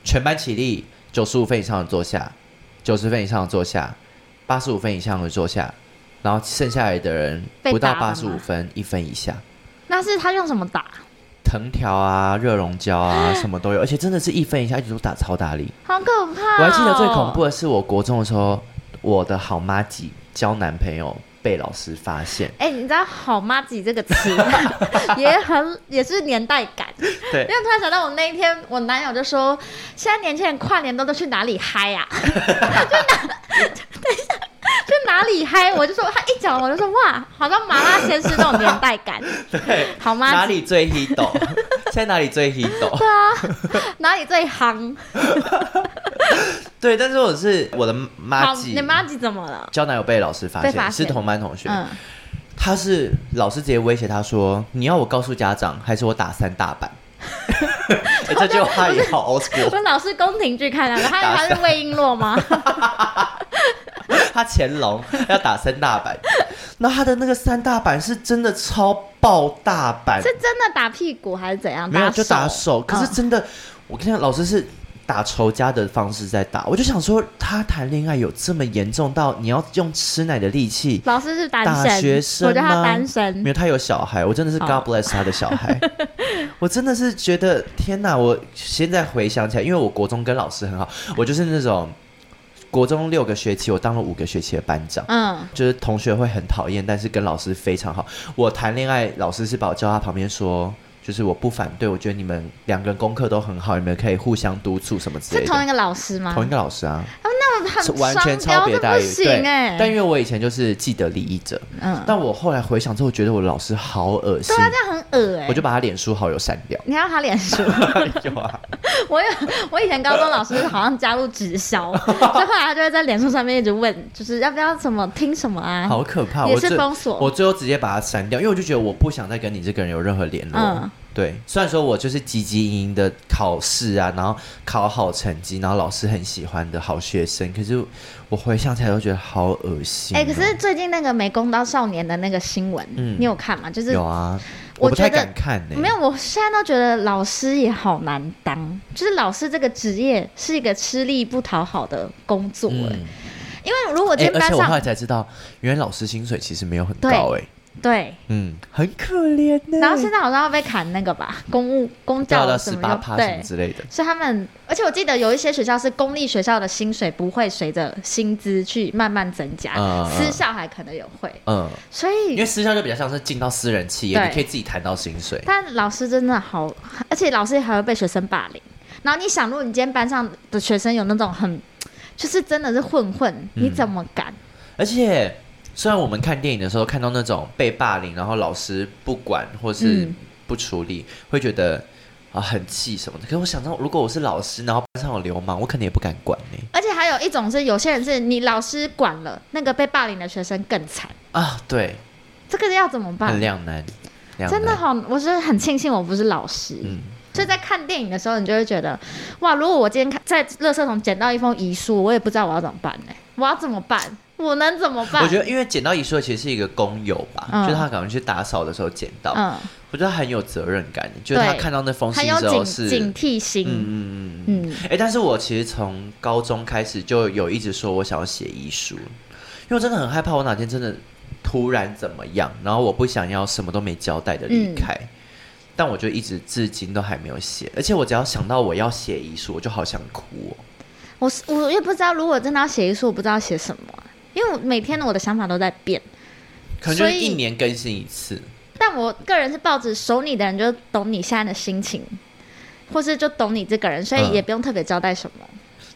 B: 全班起立，九十五分以上的坐下，九十分以上的坐下，八十五分以上的坐下，然后剩下来的人
A: 被
B: 不到
A: 打
B: 八
A: 了
B: 十五
A: 吗
B: 分，一分以下。
A: 那是他用什么打？
B: 藤条啊，热熔胶啊，什么都有，而且真的是一分以下一直都打超大力。
A: 好可怕哦、
B: 我还记得最恐怖的是，我国中的时候，我的好妈吉交男朋友被老师发现，
A: 哎、你知道“好妈吉”这个词 也很也是年代感，
B: 对
A: 因 为突然想到我那一天，我男友就说，现在年轻人跨年都都去哪里嗨呀、啊？ 就哪等一下，去哪里嗨？我就说他一讲，我就说哇，好像麻辣鲜师那种年代 感，
B: 对，
A: 好
B: 哪
A: 妈啊吉
B: 里最 h i t 现在哪里最 h i t
A: 哪里最夯？
B: 对，但是我是我的妈
A: 好，
B: 吉
A: 你妈吉怎么了？
B: 交男友被老师发
A: 被发
B: 现，是
A: 现
B: 同班同学，
A: 嗯，
B: 他是老师直接威胁他说：“你要我告诉家长，还是我打三大板？” 欸这句话也好 old
A: 我
B: school，
A: 们老是宫廷剧看的，他
B: 打
A: 他是魏璎珞 吗？
B: 他乾隆要打三大板，那他的那个三大板是真的超爆大板，
A: 是真的打屁股还是怎样？
B: 没有就打
A: 啊手。
B: 手，可是
A: 嗯
B: 真的，我跟你讲，老师是打仇家的方式在打，我就想说，他谈恋爱有这么严重到你要用吃奶的力气？
A: 老师是单
B: 大
A: 身，
B: 学生
A: 我觉得
B: 吗
A: 他单身
B: 没。有，他有小孩，我真的是 God
A: 嗯哦
B: bless 他的小 孩，我真的是觉得天哪！我现在回想起来，因为我国中跟老师很好，我就是那种国中六个学期，我当了五个学期的班长。
A: 嗯，
B: 就是同学会很讨厌，但是跟老师非常好。我谈恋爱，老师是把我叫他旁边说，就是我不反对，我觉得你们两个人功课都很好，你们可以互相督促什么之
A: 是
B: 类
A: 同
B: 的。
A: 一个老师吗？
B: 同一个老师啊，
A: 那很
B: 是完全
A: 双标
B: 超别
A: 这
B: 待遇
A: 不。行哎、
B: 对，但因为我以前就是既得利益者，
A: 嗯，
B: 但我后来回想之后，觉得我老师好恶心
A: 对，啊，这样很恶哎、
B: 我就把他脸书好友删
A: 。
B: 掉
A: 你还要他脸 书？
B: 有啊，
A: 我有，我以前高中老师好像加入直 销，所以后来他就会在脸书上面一直问，就是要不要什么听什么啊？
B: 好可怕！
A: 也
B: 我
A: 是
B: 最
A: 封锁
B: 我最后直接把他删掉，因为我就觉得我不想再跟你这个人有任何联络。
A: 嗯
B: 对，虽然说我就是汲汲营营的考试啊，然后考好成绩，然后老师很喜欢的好学生，可是我回想起来都觉得好恶心哦、
A: 哎、可是最近那个《美工刀少年》的那个新闻，
B: 嗯
A: 你有看吗？就是
B: 有啊，
A: 我
B: 不太
A: 觉得
B: 敢看欸呢、
A: 没有，我现在都觉得老师也好难当，就是老师这个职业是一个吃力不讨好的工作、哎
B: 嗯，
A: 因为如果今
B: 哎、
A: 天
B: 而
A: 班
B: 且我后
A: 上、
B: 来才知道，原来老师薪水其实没有很
A: 对
B: 高哎、
A: 对，
B: 嗯，很可怜呢、
A: 然后现在好像要被砍那个吧，公务公
B: 掉到
A: 教什
B: 十
A: 么
B: 八
A: 的
B: 趴什么
A: 对，
B: 之类的，
A: 所以他们，而且我记得有一些学校是公立学校的薪水不会随着薪资去慢慢增加，
B: 嗯嗯
A: 私校还可能有会，
B: 嗯，
A: 所
B: 因
A: 以
B: 为私校就比较像是进到私人企业，
A: 对
B: 你可以自己谈到薪水。
A: 但老师真的好，而且老师还会被学生霸凌，然后你想，如果你今天班上的学生有那种很，就是真的是混混，你怎么敢？
B: 而且虽然我们看电影的时候看到那种被霸凌，然后老师不管或是
A: 嗯
B: 不处理，会觉得啊很气什么的。可是我想到，如果我是老师，然后班上有流氓，我肯定也不敢管呢、
A: 而且还有一种是，有些人是你老师管了，那个被霸凌的学生更惨，
B: 啊，对，
A: 这个要怎么
B: 很
A: 办？
B: 两难，两难
A: 真的好，我是很庆幸我不是老师。
B: 嗯，
A: 所以在看电影的时候，你就会觉得，哇，如果我今天看在垃圾桶捡到一封遗书，我也不知道我要怎么办呢、我要怎么办？我能怎么办？
B: 我觉得，因为捡到遗书的其实是一个工友吧，
A: 嗯
B: 就是他可能去打扫的时候捡到，
A: 嗯，
B: 我觉得他很有责任感，就是他
A: 对
B: 看到那封
A: 很
B: 信
A: 有
B: 之后
A: 警
B: 是，
A: 警
B: 嗯
A: 惕
B: 嗯
A: 心。
B: 嗯嗯。
A: 嗯，
B: 哎、但是我其实从高中开始就有一直说我想要写遗书，因为我真的很害怕我哪天真的突然怎么样，然后我不想要什么都没交代的离
A: 嗯
B: 开。但我就一直至今都还没有写，而且我只要想到我要写遗书，我就好想哭哦。
A: 我是我也不知道，如果真的要写遗书，我不知道写什么啊、因为我每天我的想法都在变。
B: 可能就
A: 所
B: 是
A: 以
B: 一年更新一次，
A: 但我个人是抱着熟你的人就懂你现在的心情，或是就懂你这个人，所以
B: 嗯
A: 也不用特别交代什么。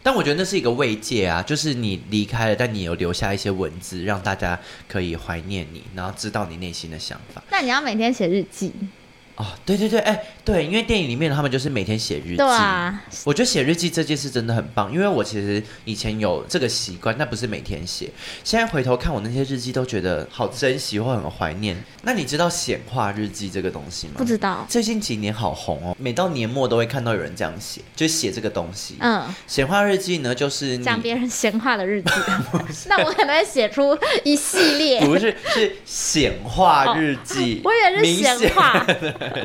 B: 但我觉得那是一个慰藉啊，就是你离开了，但你有留下一些文字，让大家可以怀念你，然后知道你内心的想法。
A: 那你要每天写日记，
B: 哦，对对对，哎、对，因为电影里面他们就是每天写日记，
A: 对啊，
B: 我觉得写日记这件事真的很棒，因为我其实以前有这个习惯，但不是每天写。现在回头看我那些日记，都觉得好珍惜或很怀念。那你知道显化日记这个东西吗？
A: 不知道，
B: 最近几年好红哦，每到年末都会看到有人这样写，就写这个东西。
A: 嗯，
B: 显化日记呢，就是你
A: 讲别人闲话的日 记，那我可能会写出一系列。
B: 不是是显化日 记，
A: 哦我以为是
B: 明
A: 闲话，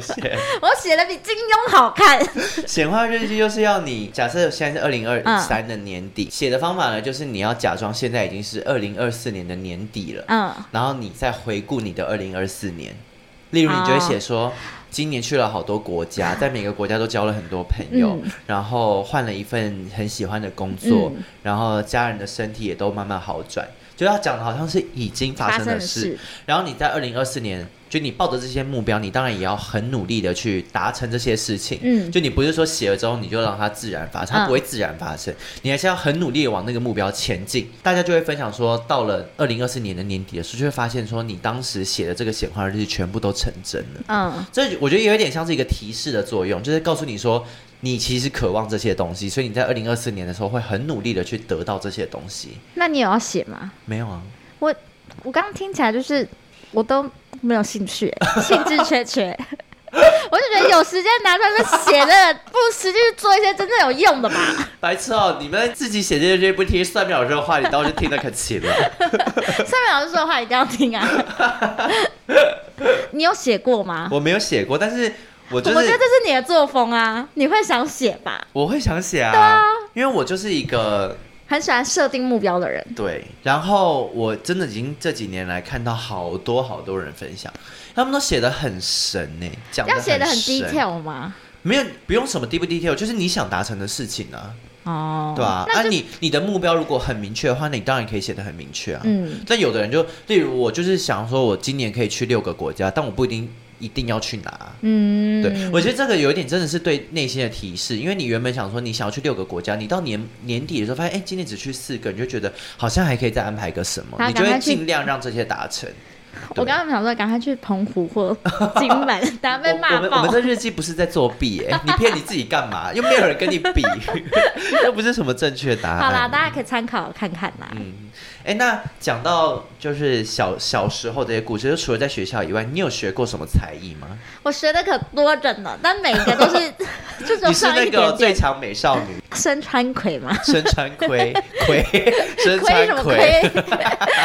B: 显
A: 我写的比金庸好 看。
B: 显化日记就是要你假设现在是二零二三的年底，写、的方法呢，就是你要假装现在已经是二零二四年的年底了，
A: 嗯，
B: 然后你再回顾你的二零二四年。例如，你就会写说，今年去了好多国家，在每个国家都交了很多朋友，
A: 嗯
B: 然后换了一份很喜欢的工作，
A: 嗯
B: 然后家人的身体也都慢慢好转，就要讲的好像是已经发生的事。然后你在二零二四年，就你抱着这些目标，你当然也要很努力的去达成这些事情。
A: 嗯
B: 就你不是说写了之后你就让它自然发生，它
A: 嗯
B: 不会自然发生，你还是要很努力的往那个目标前进。大家就会分享说，到了二零二四年的年底的时候，就会发现说你当时写的这个显化日记全部都成真了。
A: 嗯，
B: 这我觉得有一点像是一个提示的作用，就是告诉你说，你其实渴望这些东西，所以你在二零二四年的时候会很努力的去得到这些东西。
A: 那你有要写吗？
B: 没有啊，
A: 我我刚刚听起来就是我都没有兴趣，欸兴致缺缺。 我就觉得有时间拿出来就写的，不如实际去做一些真正有用的吧。
B: 白痴哦！你们自己写这些日记不听算命老师的话，你倒是听得可 勤了。
A: 上面老师说的话一定要听 啊。你有写过吗？
B: 我没有写过，但是我就
A: 我觉得
B: 是
A: 这是你的作风啊，你会想写吧？
B: 我会想写啊，因为我就是一个
A: 很喜欢设定目标的人。
B: 对，然后我真的已经这几年来看到好多好多人分享，他们都写的很神呢、欸讲得
A: 要写的很
B: 神
A: detail 吗？
B: 没有不用什么 d 不 detail，就是你想达成的事情啊，
A: 哦，
B: 对吧、啊？
A: 那就
B: 你你的目标如果很明确的话，那你当然可以写的很明确啊。
A: 嗯，
B: 但有的人就，例如我就是想说，我今年可以去六个国家，但我不一定一定要去哪啊、
A: 嗯，
B: 对，我觉得这个有一点真的是对内心的提示，因为你原本想说你想要去六个国家，你到年年底的时候发现，哎、今年只去四个，你就觉得好像还可以再安排个什么，
A: 好
B: 你就
A: 赶
B: 会
A: 快去
B: 尽量让这些达成。
A: 我刚刚想说，赶快去澎湖或金 门，等下被
B: 我我
A: 骂
B: 们我
A: 爆
B: 们。这日记不是在作弊、哎，你骗你自己干嘛？又没有人跟你 比，又不是什么正确答案。
A: 好啦，大家可以参考看看啦。
B: 啊嗯，哎、那讲到就是小小时候这些故事，就除了在学校以外，你有学过什么才艺吗？
A: 我学的可多着呢，但每个都 是就只有
B: 你是
A: 上
B: 那
A: 一
B: 个
A: 点
B: 最
A: 点。
B: 强美少女，
A: 身穿葵吗？
B: 身穿盔 盔，身
A: 葵什
B: 穿
A: 么
B: 盔。
A: 葵？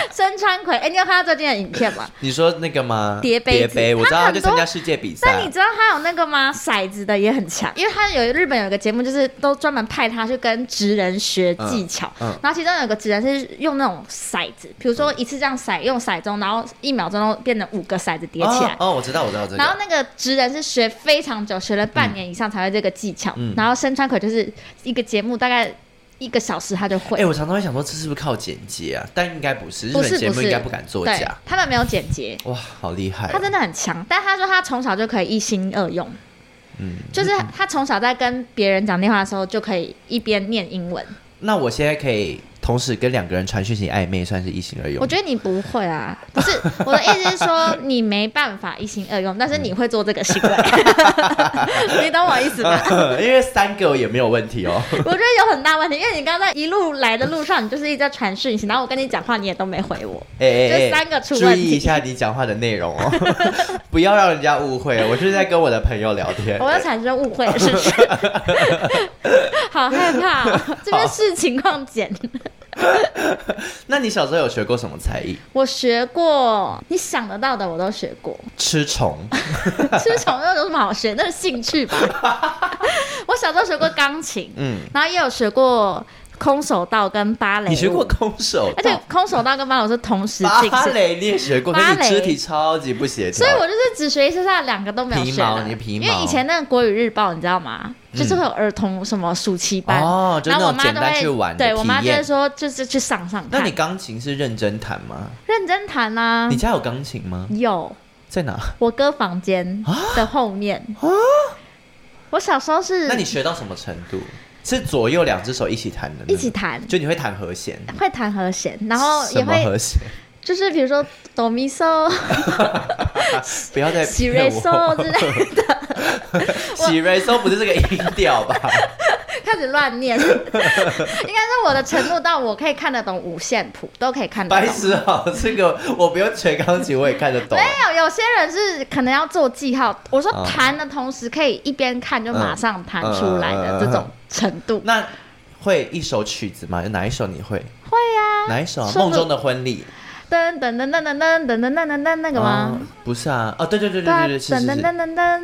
A: 身穿葵。哎、你有看到最近的影片吗？
B: 你说那个吗？
A: 叠杯
B: 叠
A: 子
B: 杯，我知道
A: 它
B: 他
A: 很
B: 就
A: 多
B: 参加世界比
A: 但
B: 赛
A: 你。知道他有那个吗？骰子的也很强，因为他有日本有一个节目，就是都专门派他去跟职人学技巧。
B: 嗯嗯
A: 然后其中有个职人是用那种骰子，比如说一次这样骰，用骰盅，然后一秒钟都变成五个骰子叠起来。
B: 哦，哦我知道，我知道这
A: 然后
B: 个。
A: 那个职人是学非常久，学了半年以上才会这个技巧。
B: 嗯
A: 然后身川可就是一个节目大概一个小时他就会。
B: 哎，我常常会想说，这是不是靠剪接啊？但应该不是，日
A: 不
B: 本
A: 是
B: 节
A: 不
B: 目应
A: 是
B: 该不敢作
A: 对
B: 假。，
A: 他们没有剪接，
B: 哇，好厉害哦！
A: 他真的很强。但他说他从小就可以一心二用，
B: 嗯，
A: 就是他从小在跟别人讲电话的时候，就可以一边念英文。
B: 那我现在可以同时跟两个人传讯息暧昧，算是一心二用。
A: 我觉得你不会啊，不是我的意思是说你没办法一心二用，但是你会做这个行为，你懂我意思吧？
B: 因为三个也没有 问题哦。
A: 我觉得有很大问题，因为你刚刚在一路来的路上，你就是一直在传讯息，然后我跟你讲话，你也都没回我。
B: 哎哎哎，
A: 这三个出
B: 注
A: 问题
B: 意一下你讲话的内容哦， 不要让人家误会。我就是在跟我的朋友聊天。
A: 我又产生误会，是不是？ 好害怕哦、这边视情况简。
B: 那你小时候有学过什么才艺？
A: 我学过，你想得到的我都学过。
B: 吃虫，
A: 吃虫又有什么好学？那是兴趣吧。 我小时候学过钢琴，
B: 嗯，
A: 然后也有学过空手道跟芭蕾。
B: 你学过？空手道，
A: 而且空手道跟芭蕾我是同时进
B: 芭
A: 行，
B: 蕾你也学过，可
A: 芭
B: 是
A: 蕾
B: 你肢体超级不协调
A: 所以。我就是只学一次，上两个都没有学
B: 皮毛
A: 了
B: 你皮毛嗯
A: 因为以前那个国语日报，你知道吗？就是会有儿童什么暑期班，
B: 哦，就
A: 然
B: 那
A: 后我
B: 种
A: 妈
B: 简
A: 都
B: 单去
A: 会
B: 玩的
A: 对我妈
B: 体
A: 就会
B: 验。
A: 说，就是去上上
B: 那
A: 看
B: 你，钢琴是认真弹吗？
A: 认真弹啦、
B: 你家有钢琴吗？
A: 有
B: 在哪？
A: 我哥房间的后面。我小时候是
B: 啊那你学到什么程度？是左右两只手一起弹的呢？
A: 一起弹，
B: 就你会弹和弦，
A: 会弹和弦，然后
B: 什
A: 也
B: 么
A: 会
B: 和弦？
A: 就是比如说哆咪嗦、
B: 不要再
A: 西瑞
B: 骗
A: 嗦 之
B: 我。
A: 类的，
B: 喜瑞嗦不是这个音 调吧？
A: 开始乱念。应该是我的程度到我可以看得懂五线谱，都可以看得
B: 白
A: 懂。
B: 痴啊！这个我不用学钢琴，我也看得懂。
A: 没有，有些人是可能要做记号。我说
B: 哦
A: 弹的同时可以一边看就马上弹
B: 嗯
A: 出来
B: 嗯嗯嗯
A: 的
B: 嗯
A: 这种程度，
B: 那会一首曲子吗？有哪一首你会？
A: 会呀、
B: 哪一首啊？
A: 说不
B: 梦中的婚礼
A: 噔噔噔噔噔噔噔噔噔噔那个吗
B: 哦？不是啊，哦，对对对
A: 对啊，
B: 对对对，是
A: 噔
B: 是
A: 噔
B: 是。
A: 噔噔噔。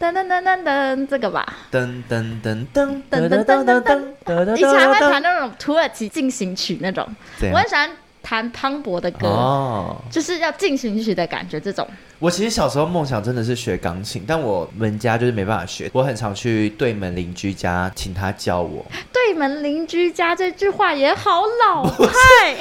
A: 噔噔噔噔噔，这个吧，
B: 噔噔噔噔
A: 噔噔噔噔噔
B: 噔
A: 以前还会弹那种土耳其进行曲那种，
B: 怎
A: 我
B: 样
A: 很喜欢弹磅礴的歌，
B: 哦，
A: 就是要进行曲的感觉。这种
B: 我其实小时候梦想真的是学钢琴，但我们家就是没办法学。我很常去对门邻居家请他教我，
A: 对门邻居家这句话也好老 派，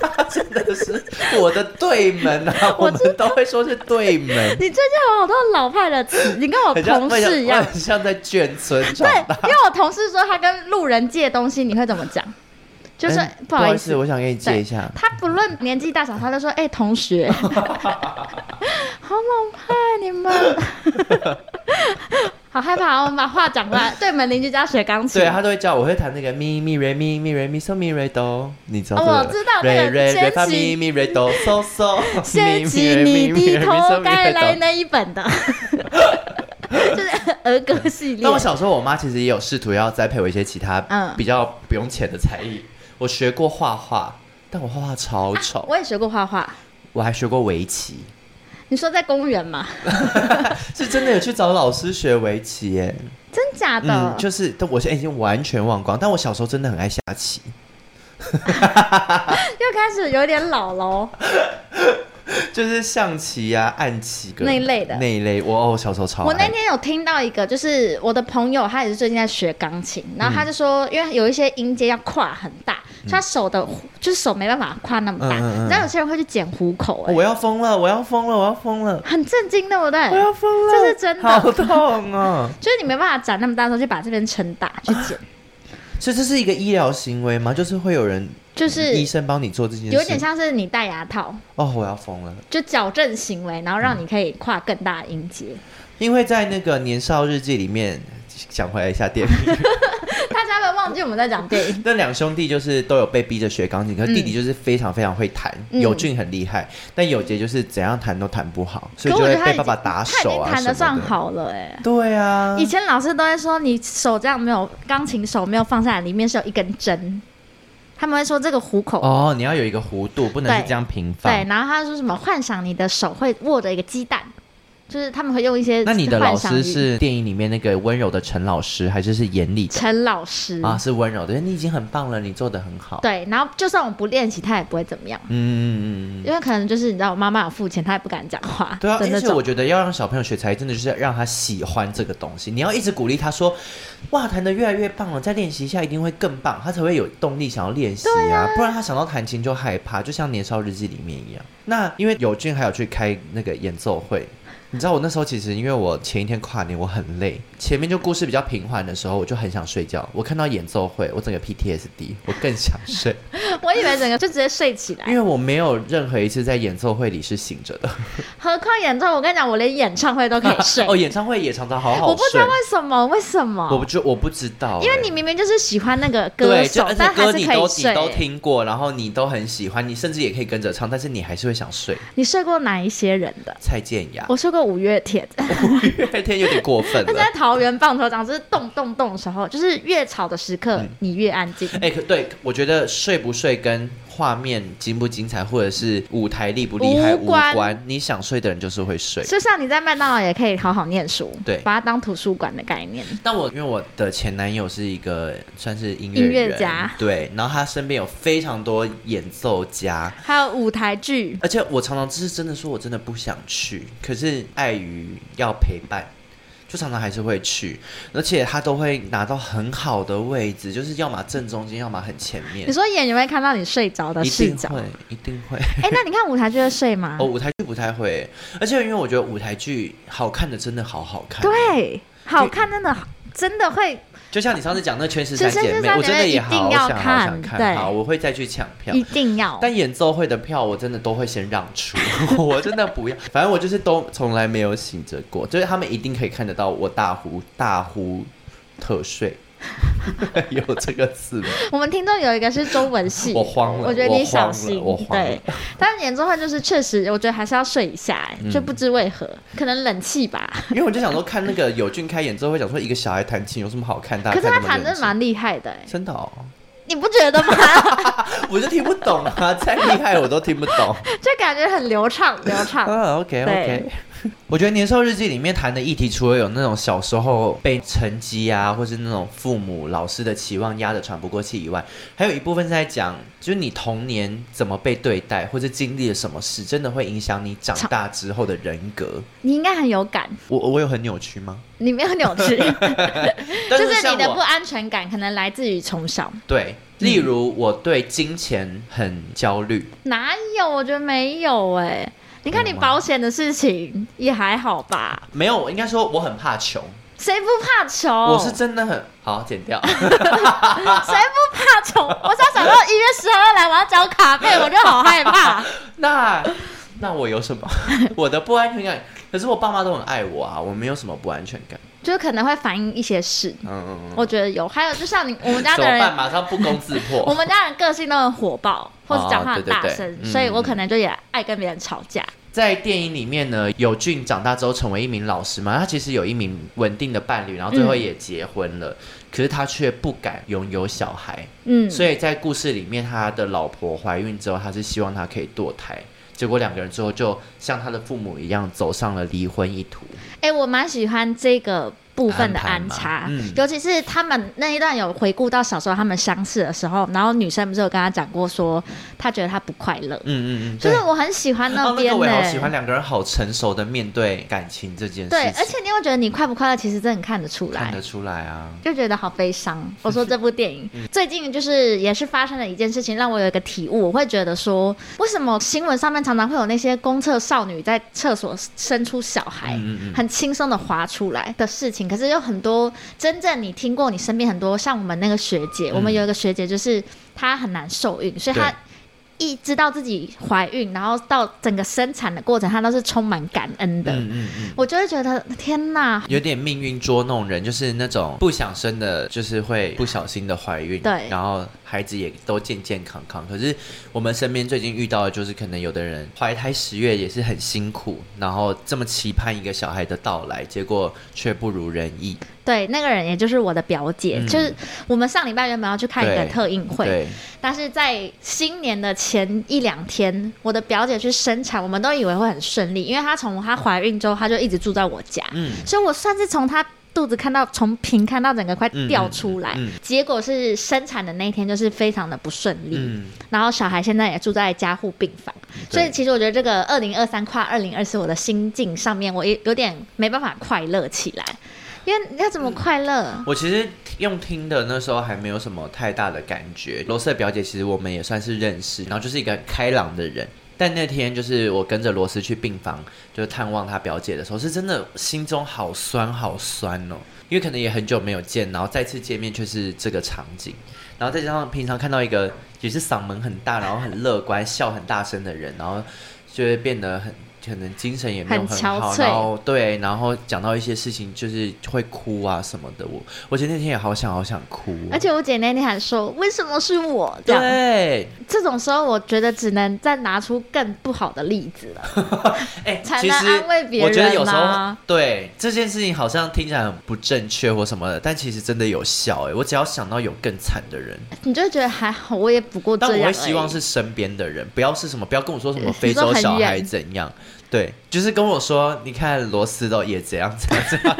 B: 他真的是我的对门啊，我
A: 我
B: 们都会说是 对门，
A: 你最近有好多老派的词，你跟我
B: 很像
A: 同事一样
B: 我。很像在眷村长
A: 对
B: 大。，
A: 因为我同事说他跟路人借东西，你会怎么讲？就是、
B: 嗯
A: 不
B: 不
A: 好
B: 好
A: 意
B: 意
A: 思
B: 思，，我想跟你借一下。
A: 他不论年纪大小，他都说：“哎、同 学，好老派你们， 好害怕。”我们把话讲过来，对门邻居家学钢琴。
B: 对他都会教我，我会弹那个咪咪瑞咪咪瑞咪嗦咪瑞哆，你知道这个？
A: 哦我知道那
B: 瑞
A: 个
B: 瑞瑞
A: 掀
B: 发
A: 起
B: 咪咪瑞哆 嗦嗦。
A: 掀起你的头盖来那一本的，就是儿歌系列
B: 那。我小时候，我妈其实也有试图要栽培我一些其他
A: 嗯
B: 比较不用钱的才艺。我学过画画，但我画画超丑。
A: 我也学过画画，
B: 我还学过围棋，
A: 你说在公园吗？
B: 是真的有去找老师学围棋耶。
A: 真假的
B: 嗯，？就是，但我现在已经完全忘光。但我小时候真的很爱下棋，
A: 又开始有点老喽。
B: 就是象棋呀、暗棋
A: 那一类的
B: 那一类。我哦，我小时候超爱。
A: 我那天有听到一个，就是我的朋友，他也是最近在学钢琴，
B: 嗯
A: 然后他就说，因为有一些音阶要跨很大，所以他手的就是手没办法跨那么大。
B: 嗯嗯嗯嗯
A: 你知道有些人会去剪虎口、
B: 哦
A: 哎、
B: 我要疯了，我要疯了，我要疯了，
A: 很震惊，对不对？
B: 我要疯了，
A: 哎这是真的
B: 好痛哦！
A: 就是你没办法长那么大的时候，就把这边撑大去剪，
B: 所以这是一个医疗行为吗？就是会有人，
A: 就是
B: 医生帮你做这件事，
A: 有点像是你戴牙套，
B: 哦，我要疯了。
A: 就矫正行为，然后
B: 嗯
A: 让你可以跨更大的音阶。
B: 因为在那个年少日记里面，想回来一下电 影，
A: 大家会忘记我们在讲电影。
B: 那两兄弟就是都有被逼着学钢琴，可是弟弟就是非常非常会弹，
A: 嗯
B: 友俊很厉害，但友杰就是怎样弹都弹不好，所以
A: 可
B: 就
A: 我觉
B: 会
A: 得他已
B: 被
A: 经
B: 爸爸打
A: 他已
B: 手
A: 经
B: 啊
A: 弹得
B: 什
A: 算
B: 么的。
A: 好了、哎。
B: 对啊
A: 以，前老师都会说，你手这样没有钢琴手没有放下来，里面是有一根针。他们会说这个虎口，
B: 哦，你要有一个弧度，不能是
A: 对
B: 这样平放。
A: 对，然后他说什么幻想你的手会握着一个鸡蛋，就是他们会用一些
B: 那你的老
A: 幻想
B: 师
A: 语
B: 是电影里面那个温柔的陈老师，还是是严厉的
A: 陈老师
B: 啊？是温柔的，你已经很棒了，你做的很好。
A: 对，然后就算我不练习，他也不会怎么样，
B: 嗯嗯嗯嗯嗯，
A: 因为可能就是你知道我妈妈有付钱，她也不敢讲话
B: 对啊，
A: 的
B: 而
A: 那
B: 且我
A: 种。
B: 觉得要让小朋友学才艺，真的就是要让他喜欢这个东西。你要一直鼓励他说：“哇，弹的越来越棒了，再练习一下一定会更棒。”他才会有动力想要练习啊，不然他想到弹琴就害怕，就像《年少日记》里面一样。那因为友俊还有去开那个演奏会，你知道我那时候其实因为我前一天跨年我很累，前面就故事比较平缓的时候，我就很想睡觉。我看到演奏会，我整个 PTSD，我更想 睡，
A: 我以为整个就直接睡起
B: 因
A: 来。
B: 为我没有任何一次在演奏会里是醒 着的。
A: 何况演唱会，我跟你讲，我连演唱会都可以睡，
B: 哦，演唱会也常常好好睡。
A: 我不知道为什么，为什
B: 我
A: 么
B: 不？就我不知道欸、
A: 哦因为你明明就是喜欢那个歌
B: 对，就
A: 手
B: 而，且
A: 但还
B: 歌
A: 是
B: 你
A: 可以
B: 都你都
A: 睡。
B: 听过，然后你都很喜欢，你甚至也可以跟着唱，但是你还是会想睡。
A: 你睡过哪一些人的？
B: 蔡健雅，
A: 我睡过五月天，
B: 那天有点过分
A: 那
B: 了
A: 在。桃园棒球场，就是动动动的时候，就是越吵的时刻，你越安静。
B: 嗯哎、可对，我觉得睡不睡跟画面精不精彩，或者是舞台厉不厉害
A: 无
B: 无
A: 关
B: 关。你想睡的人就是会睡。
A: 就像你在麦当劳也可以好好念书，
B: 对
A: 把它当图书馆的概 念。
B: 但我因为我的前男友是一个算是音乐
A: 音乐
B: 人
A: 家
B: 对，然后他身边有非常多演奏家，
A: 还有舞台 剧，
B: 而且我常常就是真的说我真的不想去，可是碍于要陪伴，就常常还是会去，而且他都会拿到很好的位置，就是要么正中间，要么很前面
A: 你，说演员会看到你睡着的
B: 一
A: 视
B: 定
A: 角。
B: 会，一定会。
A: 哎、那你看舞台剧会睡吗？
B: 哦，舞台剧不太会，而且因为我觉得舞台剧好看的真的好好 看，，
A: 对，好看，真的真的会，
B: 就像你上次讲那《圈十三
A: 圈十
B: 姐妹
A: 三》，
B: 我真的
A: 姐妹
B: 也
A: 一定
B: 好
A: 要
B: 想好
A: 看
B: 想
A: 对
B: 看，好，我会再去抢票
A: 一。定要。
B: 但演奏会的票我真的都会先让出， 我真的不要，反正我就是都从来没有醒着过，就是他们一定可以看得到我大呼大呼特睡， 有这个字吗？
A: 我们听众有一个是中文系，
B: 我慌了
A: 我觉得
B: 我
A: 你小
B: 慌了
A: 心
B: 我。慌
A: 对
B: 了，
A: 但演奏会就是确实，我觉得还是要睡一下、
B: 嗯
A: 哎就不知为何，可能冷气吧。
B: 因为我就想说看那个友俊开演奏会，想说一个小孩弹琴有什么好看？大
A: 可
B: 家
A: 是
B: 看
A: 他
B: 那
A: 弹
B: 么
A: 的
B: 认真，
A: 蛮厉害的、哎，
B: 真的哦，
A: 你不觉得吗？
B: 我就听不懂啊， 再厉害我都听不懂。
A: 就感觉很流畅，流畅。
B: 啊，OK
A: 对
B: OK。我觉得《年兽日记》里面谈的议题，除了有那种小时候被成绩啊，或是那种父母、老师的期望压得喘不过气以外，还有一部分是在讲，就是你童年怎么被对待，或者经历了什么事，真的会影响你长大之后的人格。
A: 你应该很有感，
B: 我我有很扭曲吗？
A: 你没有扭曲，
B: 但
A: 就是
B: 像
A: 你的
B: 我
A: 不嗯安全感可能来自于从小。
B: 对，例如我对金钱很焦虑，
A: 哪有？我觉得没有哎、你看你
B: 有吗啊
A: 保险的事情也还好吧？
B: 没有，应该说我很怕穷，
A: 谁不怕穷？
B: 我是真的很好剪掉。
A: 谁不怕穷？我只要想到一月十二来，我要交卡费，我就好害怕。
B: 那那我有什么？ 我的不安全感，可是我爸妈都很爱我啊，我没有什么不安全感。
A: 就是可能会反映一些事，
B: 嗯嗯
A: 我觉得有。还有就像你我们家
B: 嗯，怎
A: 的
B: 么办？
A: 人，
B: 马上不攻自
A: 我
B: 破。
A: 们家人个性都很火爆，或是讲话很
B: 哦对对
A: 大
B: 对
A: 声，
B: 嗯
A: 所以我可能就也爱跟别人吵架。
B: 在电影里面呢，友俊长大之后成为一名老师嘛，他其实有一名稳定的伴侣，然后最
A: 嗯
B: 后也结婚了，可是他却不敢拥有小孩，
A: 嗯，
B: 所以在故事里面，他的老婆怀孕之后，他是希望他可以堕胎。结果两个人最后就像他的父母一样，走上了离婚一途。
A: 哎、我蛮喜欢这个部分的安插，
B: 安排嘛嗯
A: 尤其是他们那一段有回顾到小时候他们相识的时候，然后女生不是有跟他讲过说，她觉得她不快乐，
B: 嗯嗯嗯，
A: 就
B: 对
A: 是我很喜欢那
B: 哦，那
A: 边
B: 个
A: 呢、
B: 我也好喜欢，两个人好成熟的面对感情这件事情，
A: 对，而且你会觉得你快不快乐，其实真的看得出
B: 看
A: 来
B: 得。出来啊。
A: 就觉得好悲伤。我说这部电影、
B: 嗯
A: 最近就是也是发生了一件事情，让我有一个体悟。我会觉得说，为什么新闻上面常常会有那些公厕少女在厕所生出小孩，
B: 嗯嗯嗯
A: 很轻松的滑出来的事情？可是有很多真正你听过，你身边很多像我们那个学姐，我们有一个学姐就是她很难受孕，所以她
B: 嗯对。
A: 一知道自己怀孕，然后到整个生产的过程，她都是充满感恩的。
B: 嗯嗯嗯，
A: 我就会觉得天哪，
B: 有点命运捉弄人，就是那种不想生的，就是会不小心的怀孕，
A: 对
B: 然后孩子也都健健康康。可是我们身边最近遇到的就是，可能有的人怀胎十月也是很辛苦，然后这么期盼一个小孩的到来，结果却不如人意。
A: 对，那个人也就是我的表姐，
B: 嗯
A: 就是我们上礼拜原本要去看一个
B: 对
A: 特映会，
B: 对，
A: 但是在新年的前一两天，我的表姐去生产，我们都以为会很顺利，因为她从她怀孕之后，她就一直住在我家，
B: 嗯，
A: 所以我算是从她。肚子看到从平看到整个快
B: 嗯
A: 掉出来，
B: 嗯嗯嗯
A: 结果是生产的那一天就是非常的不顺利，
B: 嗯
A: 然后小孩现在也住在加护病房，所以
B: 对
A: 其实我觉得这个二零二三跨二零二四我的心境上面，我也有点没办法快乐起来，因为要怎么快乐？
B: 我其实用听的那时候还没有什么太大的感觉。罗斯的表姐其实我们也算是认识，然后就是一个很开朗的人，但那天就是我跟着罗斯去病房，就是探望他表姐的时候，是真的心中好酸好酸哦，因为可能也很久没有见，然后再次见面却是这个场景，然后再加上平常看到一个也是嗓门很大，然后很乐观、笑很大声的人，然后就会变得很。可能精神也没有
A: 很
B: 很好，
A: 憔悴
B: 然后哦对，然后讲到一些事情就是会哭啊什么的。我我觉得那天也好想好想哭哦、
A: 而且我姐那天还说，为什么是我？这样，
B: 对，
A: 这种时候我觉得只能再拿出更不好的例子了。
B: 哎、
A: 才
B: 其
A: 能
B: 实
A: 安慰别
B: 我觉得
A: 人
B: 有时候
A: 啊
B: 对这件事情好像听起来很不正确或什么的，但其实真的有效哎、我只要想到有更惨的人，
A: 你就会觉得还好，我也不过这
B: 但
A: 样而已。
B: 我会希望是身边的人，不要是什么，不要跟我说什么
A: 呃
B: 非
A: 你说
B: 洲
A: 很
B: 小孩
A: 远
B: 怎样。 对，就是跟我说，你看罗斯都也这样这样 这样，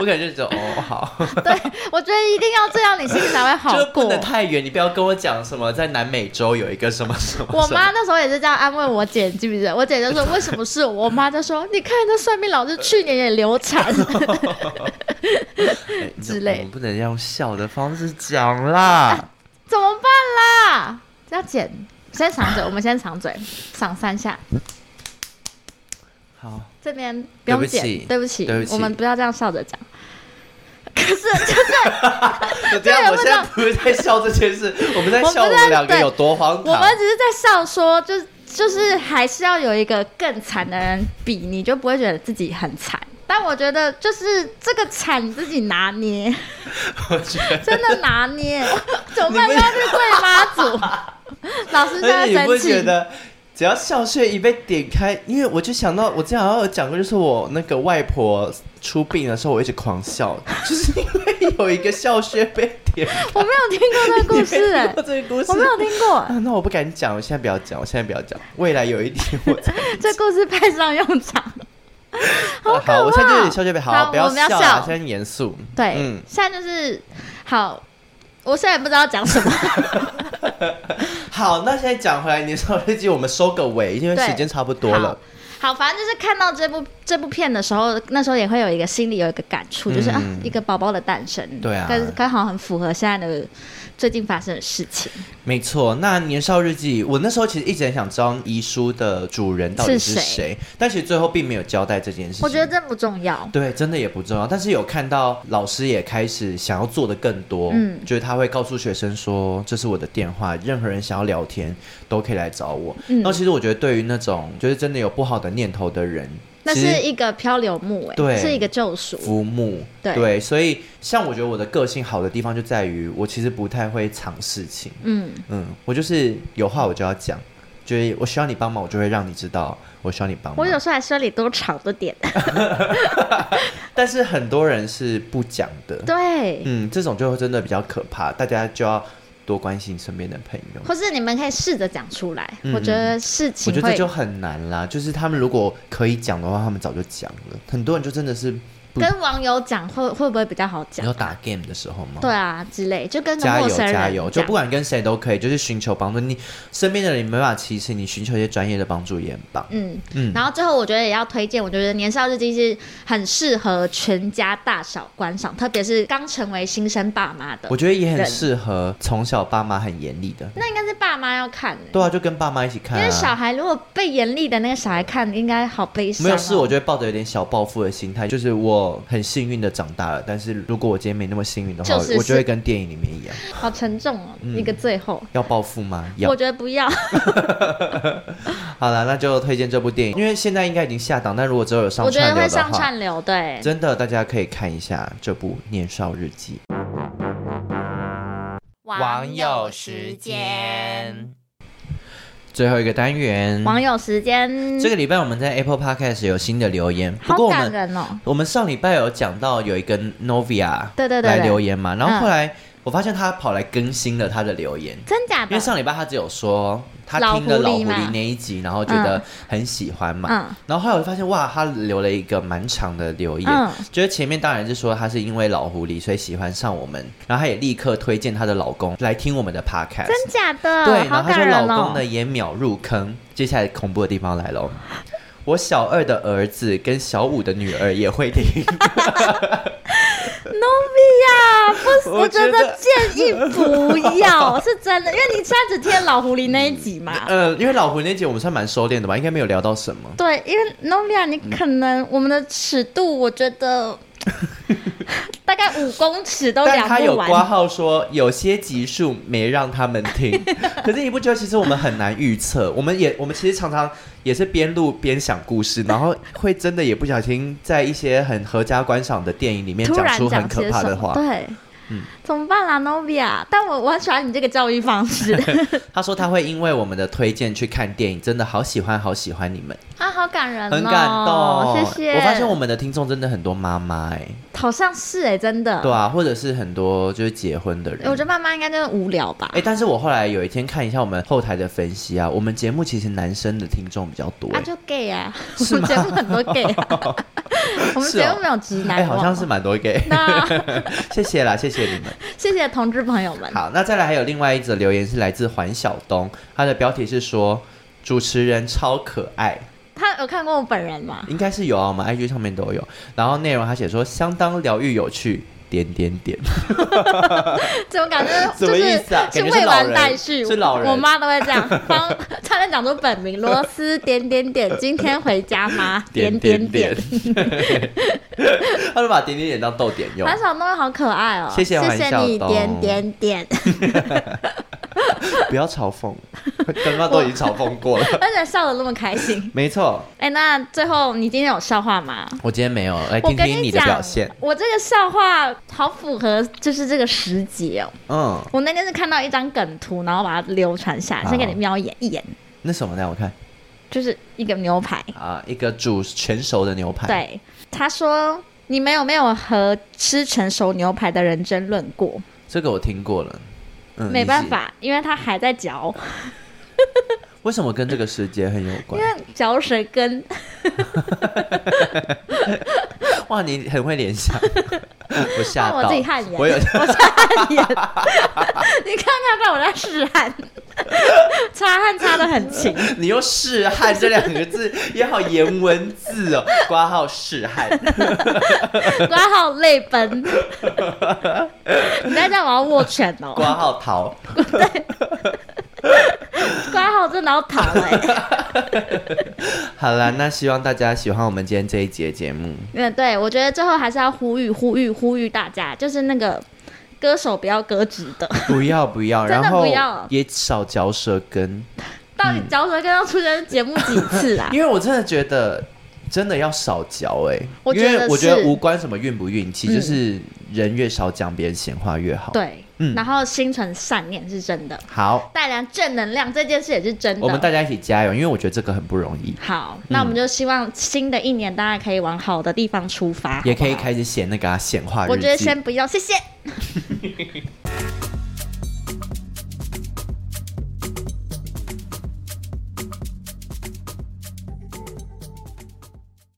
B: 我感觉就哦好，
A: 对，我觉得一定要这样，你心里才会好
B: 就
A: 过
B: 不。能太远，你不要跟我讲什么在南美洲有一个什么什么什么。
A: 我妈那时候也是这样安慰我姐，你记不记得？我姐就说：“为什么是我？”我妈就说：“你看那算命老师去年也流产。
B: 哎
A: 之类哎
B: 我们不能用笑的方式讲啦。”
A: 怎么办啦？要剪，先赏嘴，我们先赏嘴，赏三下。
B: 好，
A: 这边不用剪，
B: 对
A: 对
B: 不
A: 不
B: 起
A: 起，
B: 对不起
A: 我们不要这样笑 着讲。
B: 我这样，
A: 对
B: 我
A: 我
B: 现
A: 知
B: 在
A: 道
B: 不是在笑这件事，我们在
A: 我
B: 笑我
A: 不
B: 们
A: 在
B: 两个
A: 对
B: 有多荒
A: 我
B: 唐
A: 们。只是在笑说，就是就是还是要有一个更惨的人比，你就不会觉得自己很惨。但我觉得就是这个惨你自己拿捏，
B: 我觉得，
A: 真的拿 捏，怎么办？又
B: 你不
A: 要去跪妈祖，老师现
B: 而
A: 在
B: 且你不
A: 生
B: 觉
A: 气。
B: 得，只要笑穴一被点开，因为我就想到，我之前好像有讲过，就是我那个外婆出殡的时候，我一直狂笑，就是因为有一个笑穴被点开。
A: 我没有听过这个故事、
B: 你没
A: 哎
B: 听过这个故事，
A: 我没有听过，
B: 啊，那我不敢讲，我现在不要讲，我现在不要讲，未来有一天我 再。啊
A: 这故事派上用场。
B: 好
A: 可怕
B: 我现在就有点笑穴被，好，
A: 好
B: 不要
A: 我们要
B: 笑啊，
A: 笑
B: 现在严肃。
A: 对，
B: 嗯，
A: 现在就是好，我虽然不知道讲什么，
B: 好，那现在讲回来，你说日记我们收个尾，因为
A: 对
B: 时间差不多了。
A: 好，反正就是看到这部这部片的时候，那时候也会有一个心里有一个感触，就是
B: 嗯
A: 啊，一个宝宝的诞生，
B: 对啊
A: 但是刚好很符合现在的最近发生的事情，
B: 没错，那《年少日记》，我那时候其实一直很想知道遗书的主人到底是
A: 是
B: 谁，但其实最后并没有交代这件事情。
A: 我觉得这不重要。
B: 对，真的也不重要，但是有看到老师也开始想要做的更多，嗯
A: 嗯，
B: 就是他会告诉学生说，这是我的电话，任何人想要聊天都可以来找我。
A: 嗯
B: 然后其实我觉得，对于那种就是真的有不好的念头的人，
A: 那
B: 其实
A: 是一个漂流木、欸，
B: 对
A: 是一个救赎。
B: 浮木，
A: 对
B: 所以像我觉得我的个性好的地方就在于，我其实不太会藏事情，
A: 嗯，
B: 嗯，我就是有话我就要讲，就是我需要你帮忙，我就会让你知道我需要你帮忙。
A: 我有时候还说你多吵着点，
B: 但是很多人是不讲的，
A: 对，
B: 嗯，这种就真的比较可怕，大家就要多关心身边的朋友。
A: 或是你们可以试着讲出来，
B: 嗯
A: 我觉得事情
B: 我觉得这
A: 会
B: 就很难啦，就是他们如果可以讲的话，他们早就讲了。很多人就真的是不
A: 跟网友讲会会不会比较好
B: 你
A: 讲
B: 要？打 game 的时候吗？
A: 对啊，之类，就跟个
B: 加
A: 陌
B: 油
A: 生人
B: 加油！就
A: 讲
B: 不管跟谁都可以，就是寻求帮助。你身边的人你没办法歧视，你寻求一些专业的帮助也很棒。
A: 嗯
B: 嗯，
A: 然后最后我觉得也要推荐，我觉得《年少日记》是很适合全家大小观赏，特别是刚成为新生爸妈的
B: 我，觉得也很
A: 人
B: 适合从小爸妈很严厉的，
A: 那应该是爸妈要看的、
B: 对啊，就跟爸妈一起看、
A: 因为小
B: 啊。
A: 孩如果被严厉的那个小孩看，应该好悲伤、哦。
B: 没有事，我就会抱着有点小报复的心态，就是我很幸运的长大了，但是如果我今天没那么幸运的话，
A: 就是
B: 我就是会跟电影里面一样，
A: 好沉重哦，
B: 嗯
A: 一个最后。
B: 要报复吗？要
A: 我。觉得不要，
B: 好了，那就推荐这部电影，因为现在应该已经下档，但如果之后有上
A: 我觉
B: 串
A: 得
B: 流
A: 会
B: 的
A: 上
B: 话，
A: 串流，对，
B: 真的大家可以看一下这部《年少日记》。
C: 网友时间。
B: 最后一个单元，
A: 网友时间，
B: 这个礼拜我们在 Apple Podcast 有新的留言，不
A: 好
B: 过我
A: 感
B: 们
A: 人哦。
B: 我们上礼拜有讲到有一个 Novia
A: 对对对
B: 来
A: 对
B: 留言嘛，然后
A: 嗯
B: 后来我发现他跑来更新了他的留言，
A: 真假
B: 因为
A: 的？
B: 上礼拜他只有说他
A: 嗯老
B: 听了
A: 狐
B: 老狐
A: 狸嘛
B: 狸那一集，然后觉得很喜欢嘛，
A: 嗯
B: 然后后来我就发现哇，他留了一个蛮长的留言，
A: 嗯
B: 就是前面当然是说他是因为老狐狸所以喜欢上我们，然后他也立刻推荐她的老公来听我们的 podcast，
A: 真假的？
B: 对，
A: 好
B: 然后
A: 感
B: 他说
A: 人
B: 老
A: 哦
B: 公呢。也秒入坑。接下来恐怖的地方来喽， 我小二的儿子跟小五的女儿也会听，
A: 啊， 不，
B: 我
A: 我觉
B: 觉
A: 得
B: 得
A: 建议不 要，是真的，因为你现在只贴老狐狸那一集嘛。
B: 呃，因为老狐那集我们算蛮收敛的吧，应该没有聊到什么。
A: 对，因为 Novia，你
B: 嗯
A: 可能我们的尺度，我觉 得大概五公尺都
B: 但
A: 量
B: 他有
A: 不
B: 挂
A: 完。
B: 号说有些集数没让他们听，可是你不觉得其实我们很难预测？我们也我们其实常常也是边录边想故事，然后会真的也不小心在一些很合家观赏的电影里面
A: 突
B: 讲
A: 然
B: 出很
A: 讲
B: 可
A: 些
B: 怕
A: 什
B: 的
A: 么？
B: 话。嗯
A: 对，怎么办啦，Novia？但我我很喜欢你这个教育方 式
B: 他说他会因为我们的推荐去看电影，真的好喜欢好喜欢你们，
A: 啊，好感人哦，
B: 很感动。
A: 谢谢。
B: 我发现我们的听众真的很多妈妈哎，
A: 好像是哎、真的。
B: 对啊，或者是很多就是结婚的人。
A: 我觉得妈妈应该就是无聊吧
B: 哎、。但是我后来有一天看一下我们后台的分析啊，我们节目其实男生的听众比较多、哎
A: 啊，就 gay 啊，我们节目很多 gay 啊，我们
B: 是哦
A: 节目没有直
B: 哎、
A: 男、
B: 好像是。蛮多 gay，
A: 那
B: 谢谢啦，谢谢你们。
A: 谢谢同志朋友们。
B: 好，那再来还有另外一则留言是来自环晓东，他的标题是说主持人超可爱，
A: 他有看过我本人吗？
B: 应该是有啊，我们 IG 上面都有。然后内容他写说相当疗愈有趣。点点点，
A: 怎么感 觉
B: 什
A: 就
B: 么意
A: 是
B: 思啊
A: 是
B: 感觉
A: 未
B: 是老
A: 完
B: 人
A: 待续？
B: 是老人
A: 我妈都会这样，帮差点讲出本名罗斯点点 点，今天回家吗？点点点，，
B: 他就把点点点当逗点用
A: 韩，小东好可爱哦，
B: 谢谢
A: 谢
B: 韩
A: 谢
B: 小
A: 你
B: 东
A: 点点 点，
B: 不要嘲讽，刚刚都已经嘲讽过了。
A: 而且笑得那么开心。
B: 没错，
A: 哎，那最后你今天有笑话吗？
B: 我今天没有，来
A: 我
B: 听
A: 跟
B: 听你的
A: 讲，
B: 表现。
A: 我这个笑话好符合就是这个时节哦。
B: 嗯，
A: 我那天是看到一张梗图，然后把它流传下来，先给你
B: 好
A: 瞄一眼一眼，
B: 那什么呢？我看
A: 就是一个牛排。
B: 啊，一个煮全熟的牛排。，
A: 对，他说你们有没有和吃成熟牛排的人争论过？
B: 这个我听过了。嗯
A: 没办，
B: 你
A: 法，因为他还在嚼，
B: 是为什么跟这个世界很有关？
A: 嚼舌根。
B: 哇，你很会联想， 我吓
A: 换我
B: 到
A: 自己汗颜，
B: 我 有
A: 汗 颜。你看看吧，我在试汗，擦汗擦的很勤。
B: 你用“试汗”这两个字，也好颜文字哦， 挂号试汗。
A: 挂号泪奔。 你在这样我要握拳哦，
B: 挂号逃，
A: 挂号真的要逃哎、 欸。
B: 好啦，那希望大家喜欢我们今天这一节节目。
A: 嗯，对，我觉得最后还是要呼吁、呼吁、呼吁大家，就是那个歌手不要割直的，
B: 不要不要，
A: 真的
B: 然后
A: 不要
B: 也少嚼舌根，
A: 到底嚼舌根要出现节目几次啊？
B: 因为我真的觉得真的要少嚼哎、
A: 我
B: 因
A: 觉得
B: 为我觉得
A: 是
B: 无关什么运不运气，
A: 嗯
B: 就是人越少讲别人闲话越 好。，
A: 对，
B: 嗯
A: 然后心存善念是真的，
B: 好，
A: 带来正能量这件事也是真
B: 我们
A: 的。
B: 大家一起加油，因为我觉得这个很不容易，
A: 好，那我们就希望新的一年大家可以往好的地方出发，
B: 也可以
A: 好不好。
B: 开始写那个啊闲话日记。
A: 我觉得先不要，谢谢。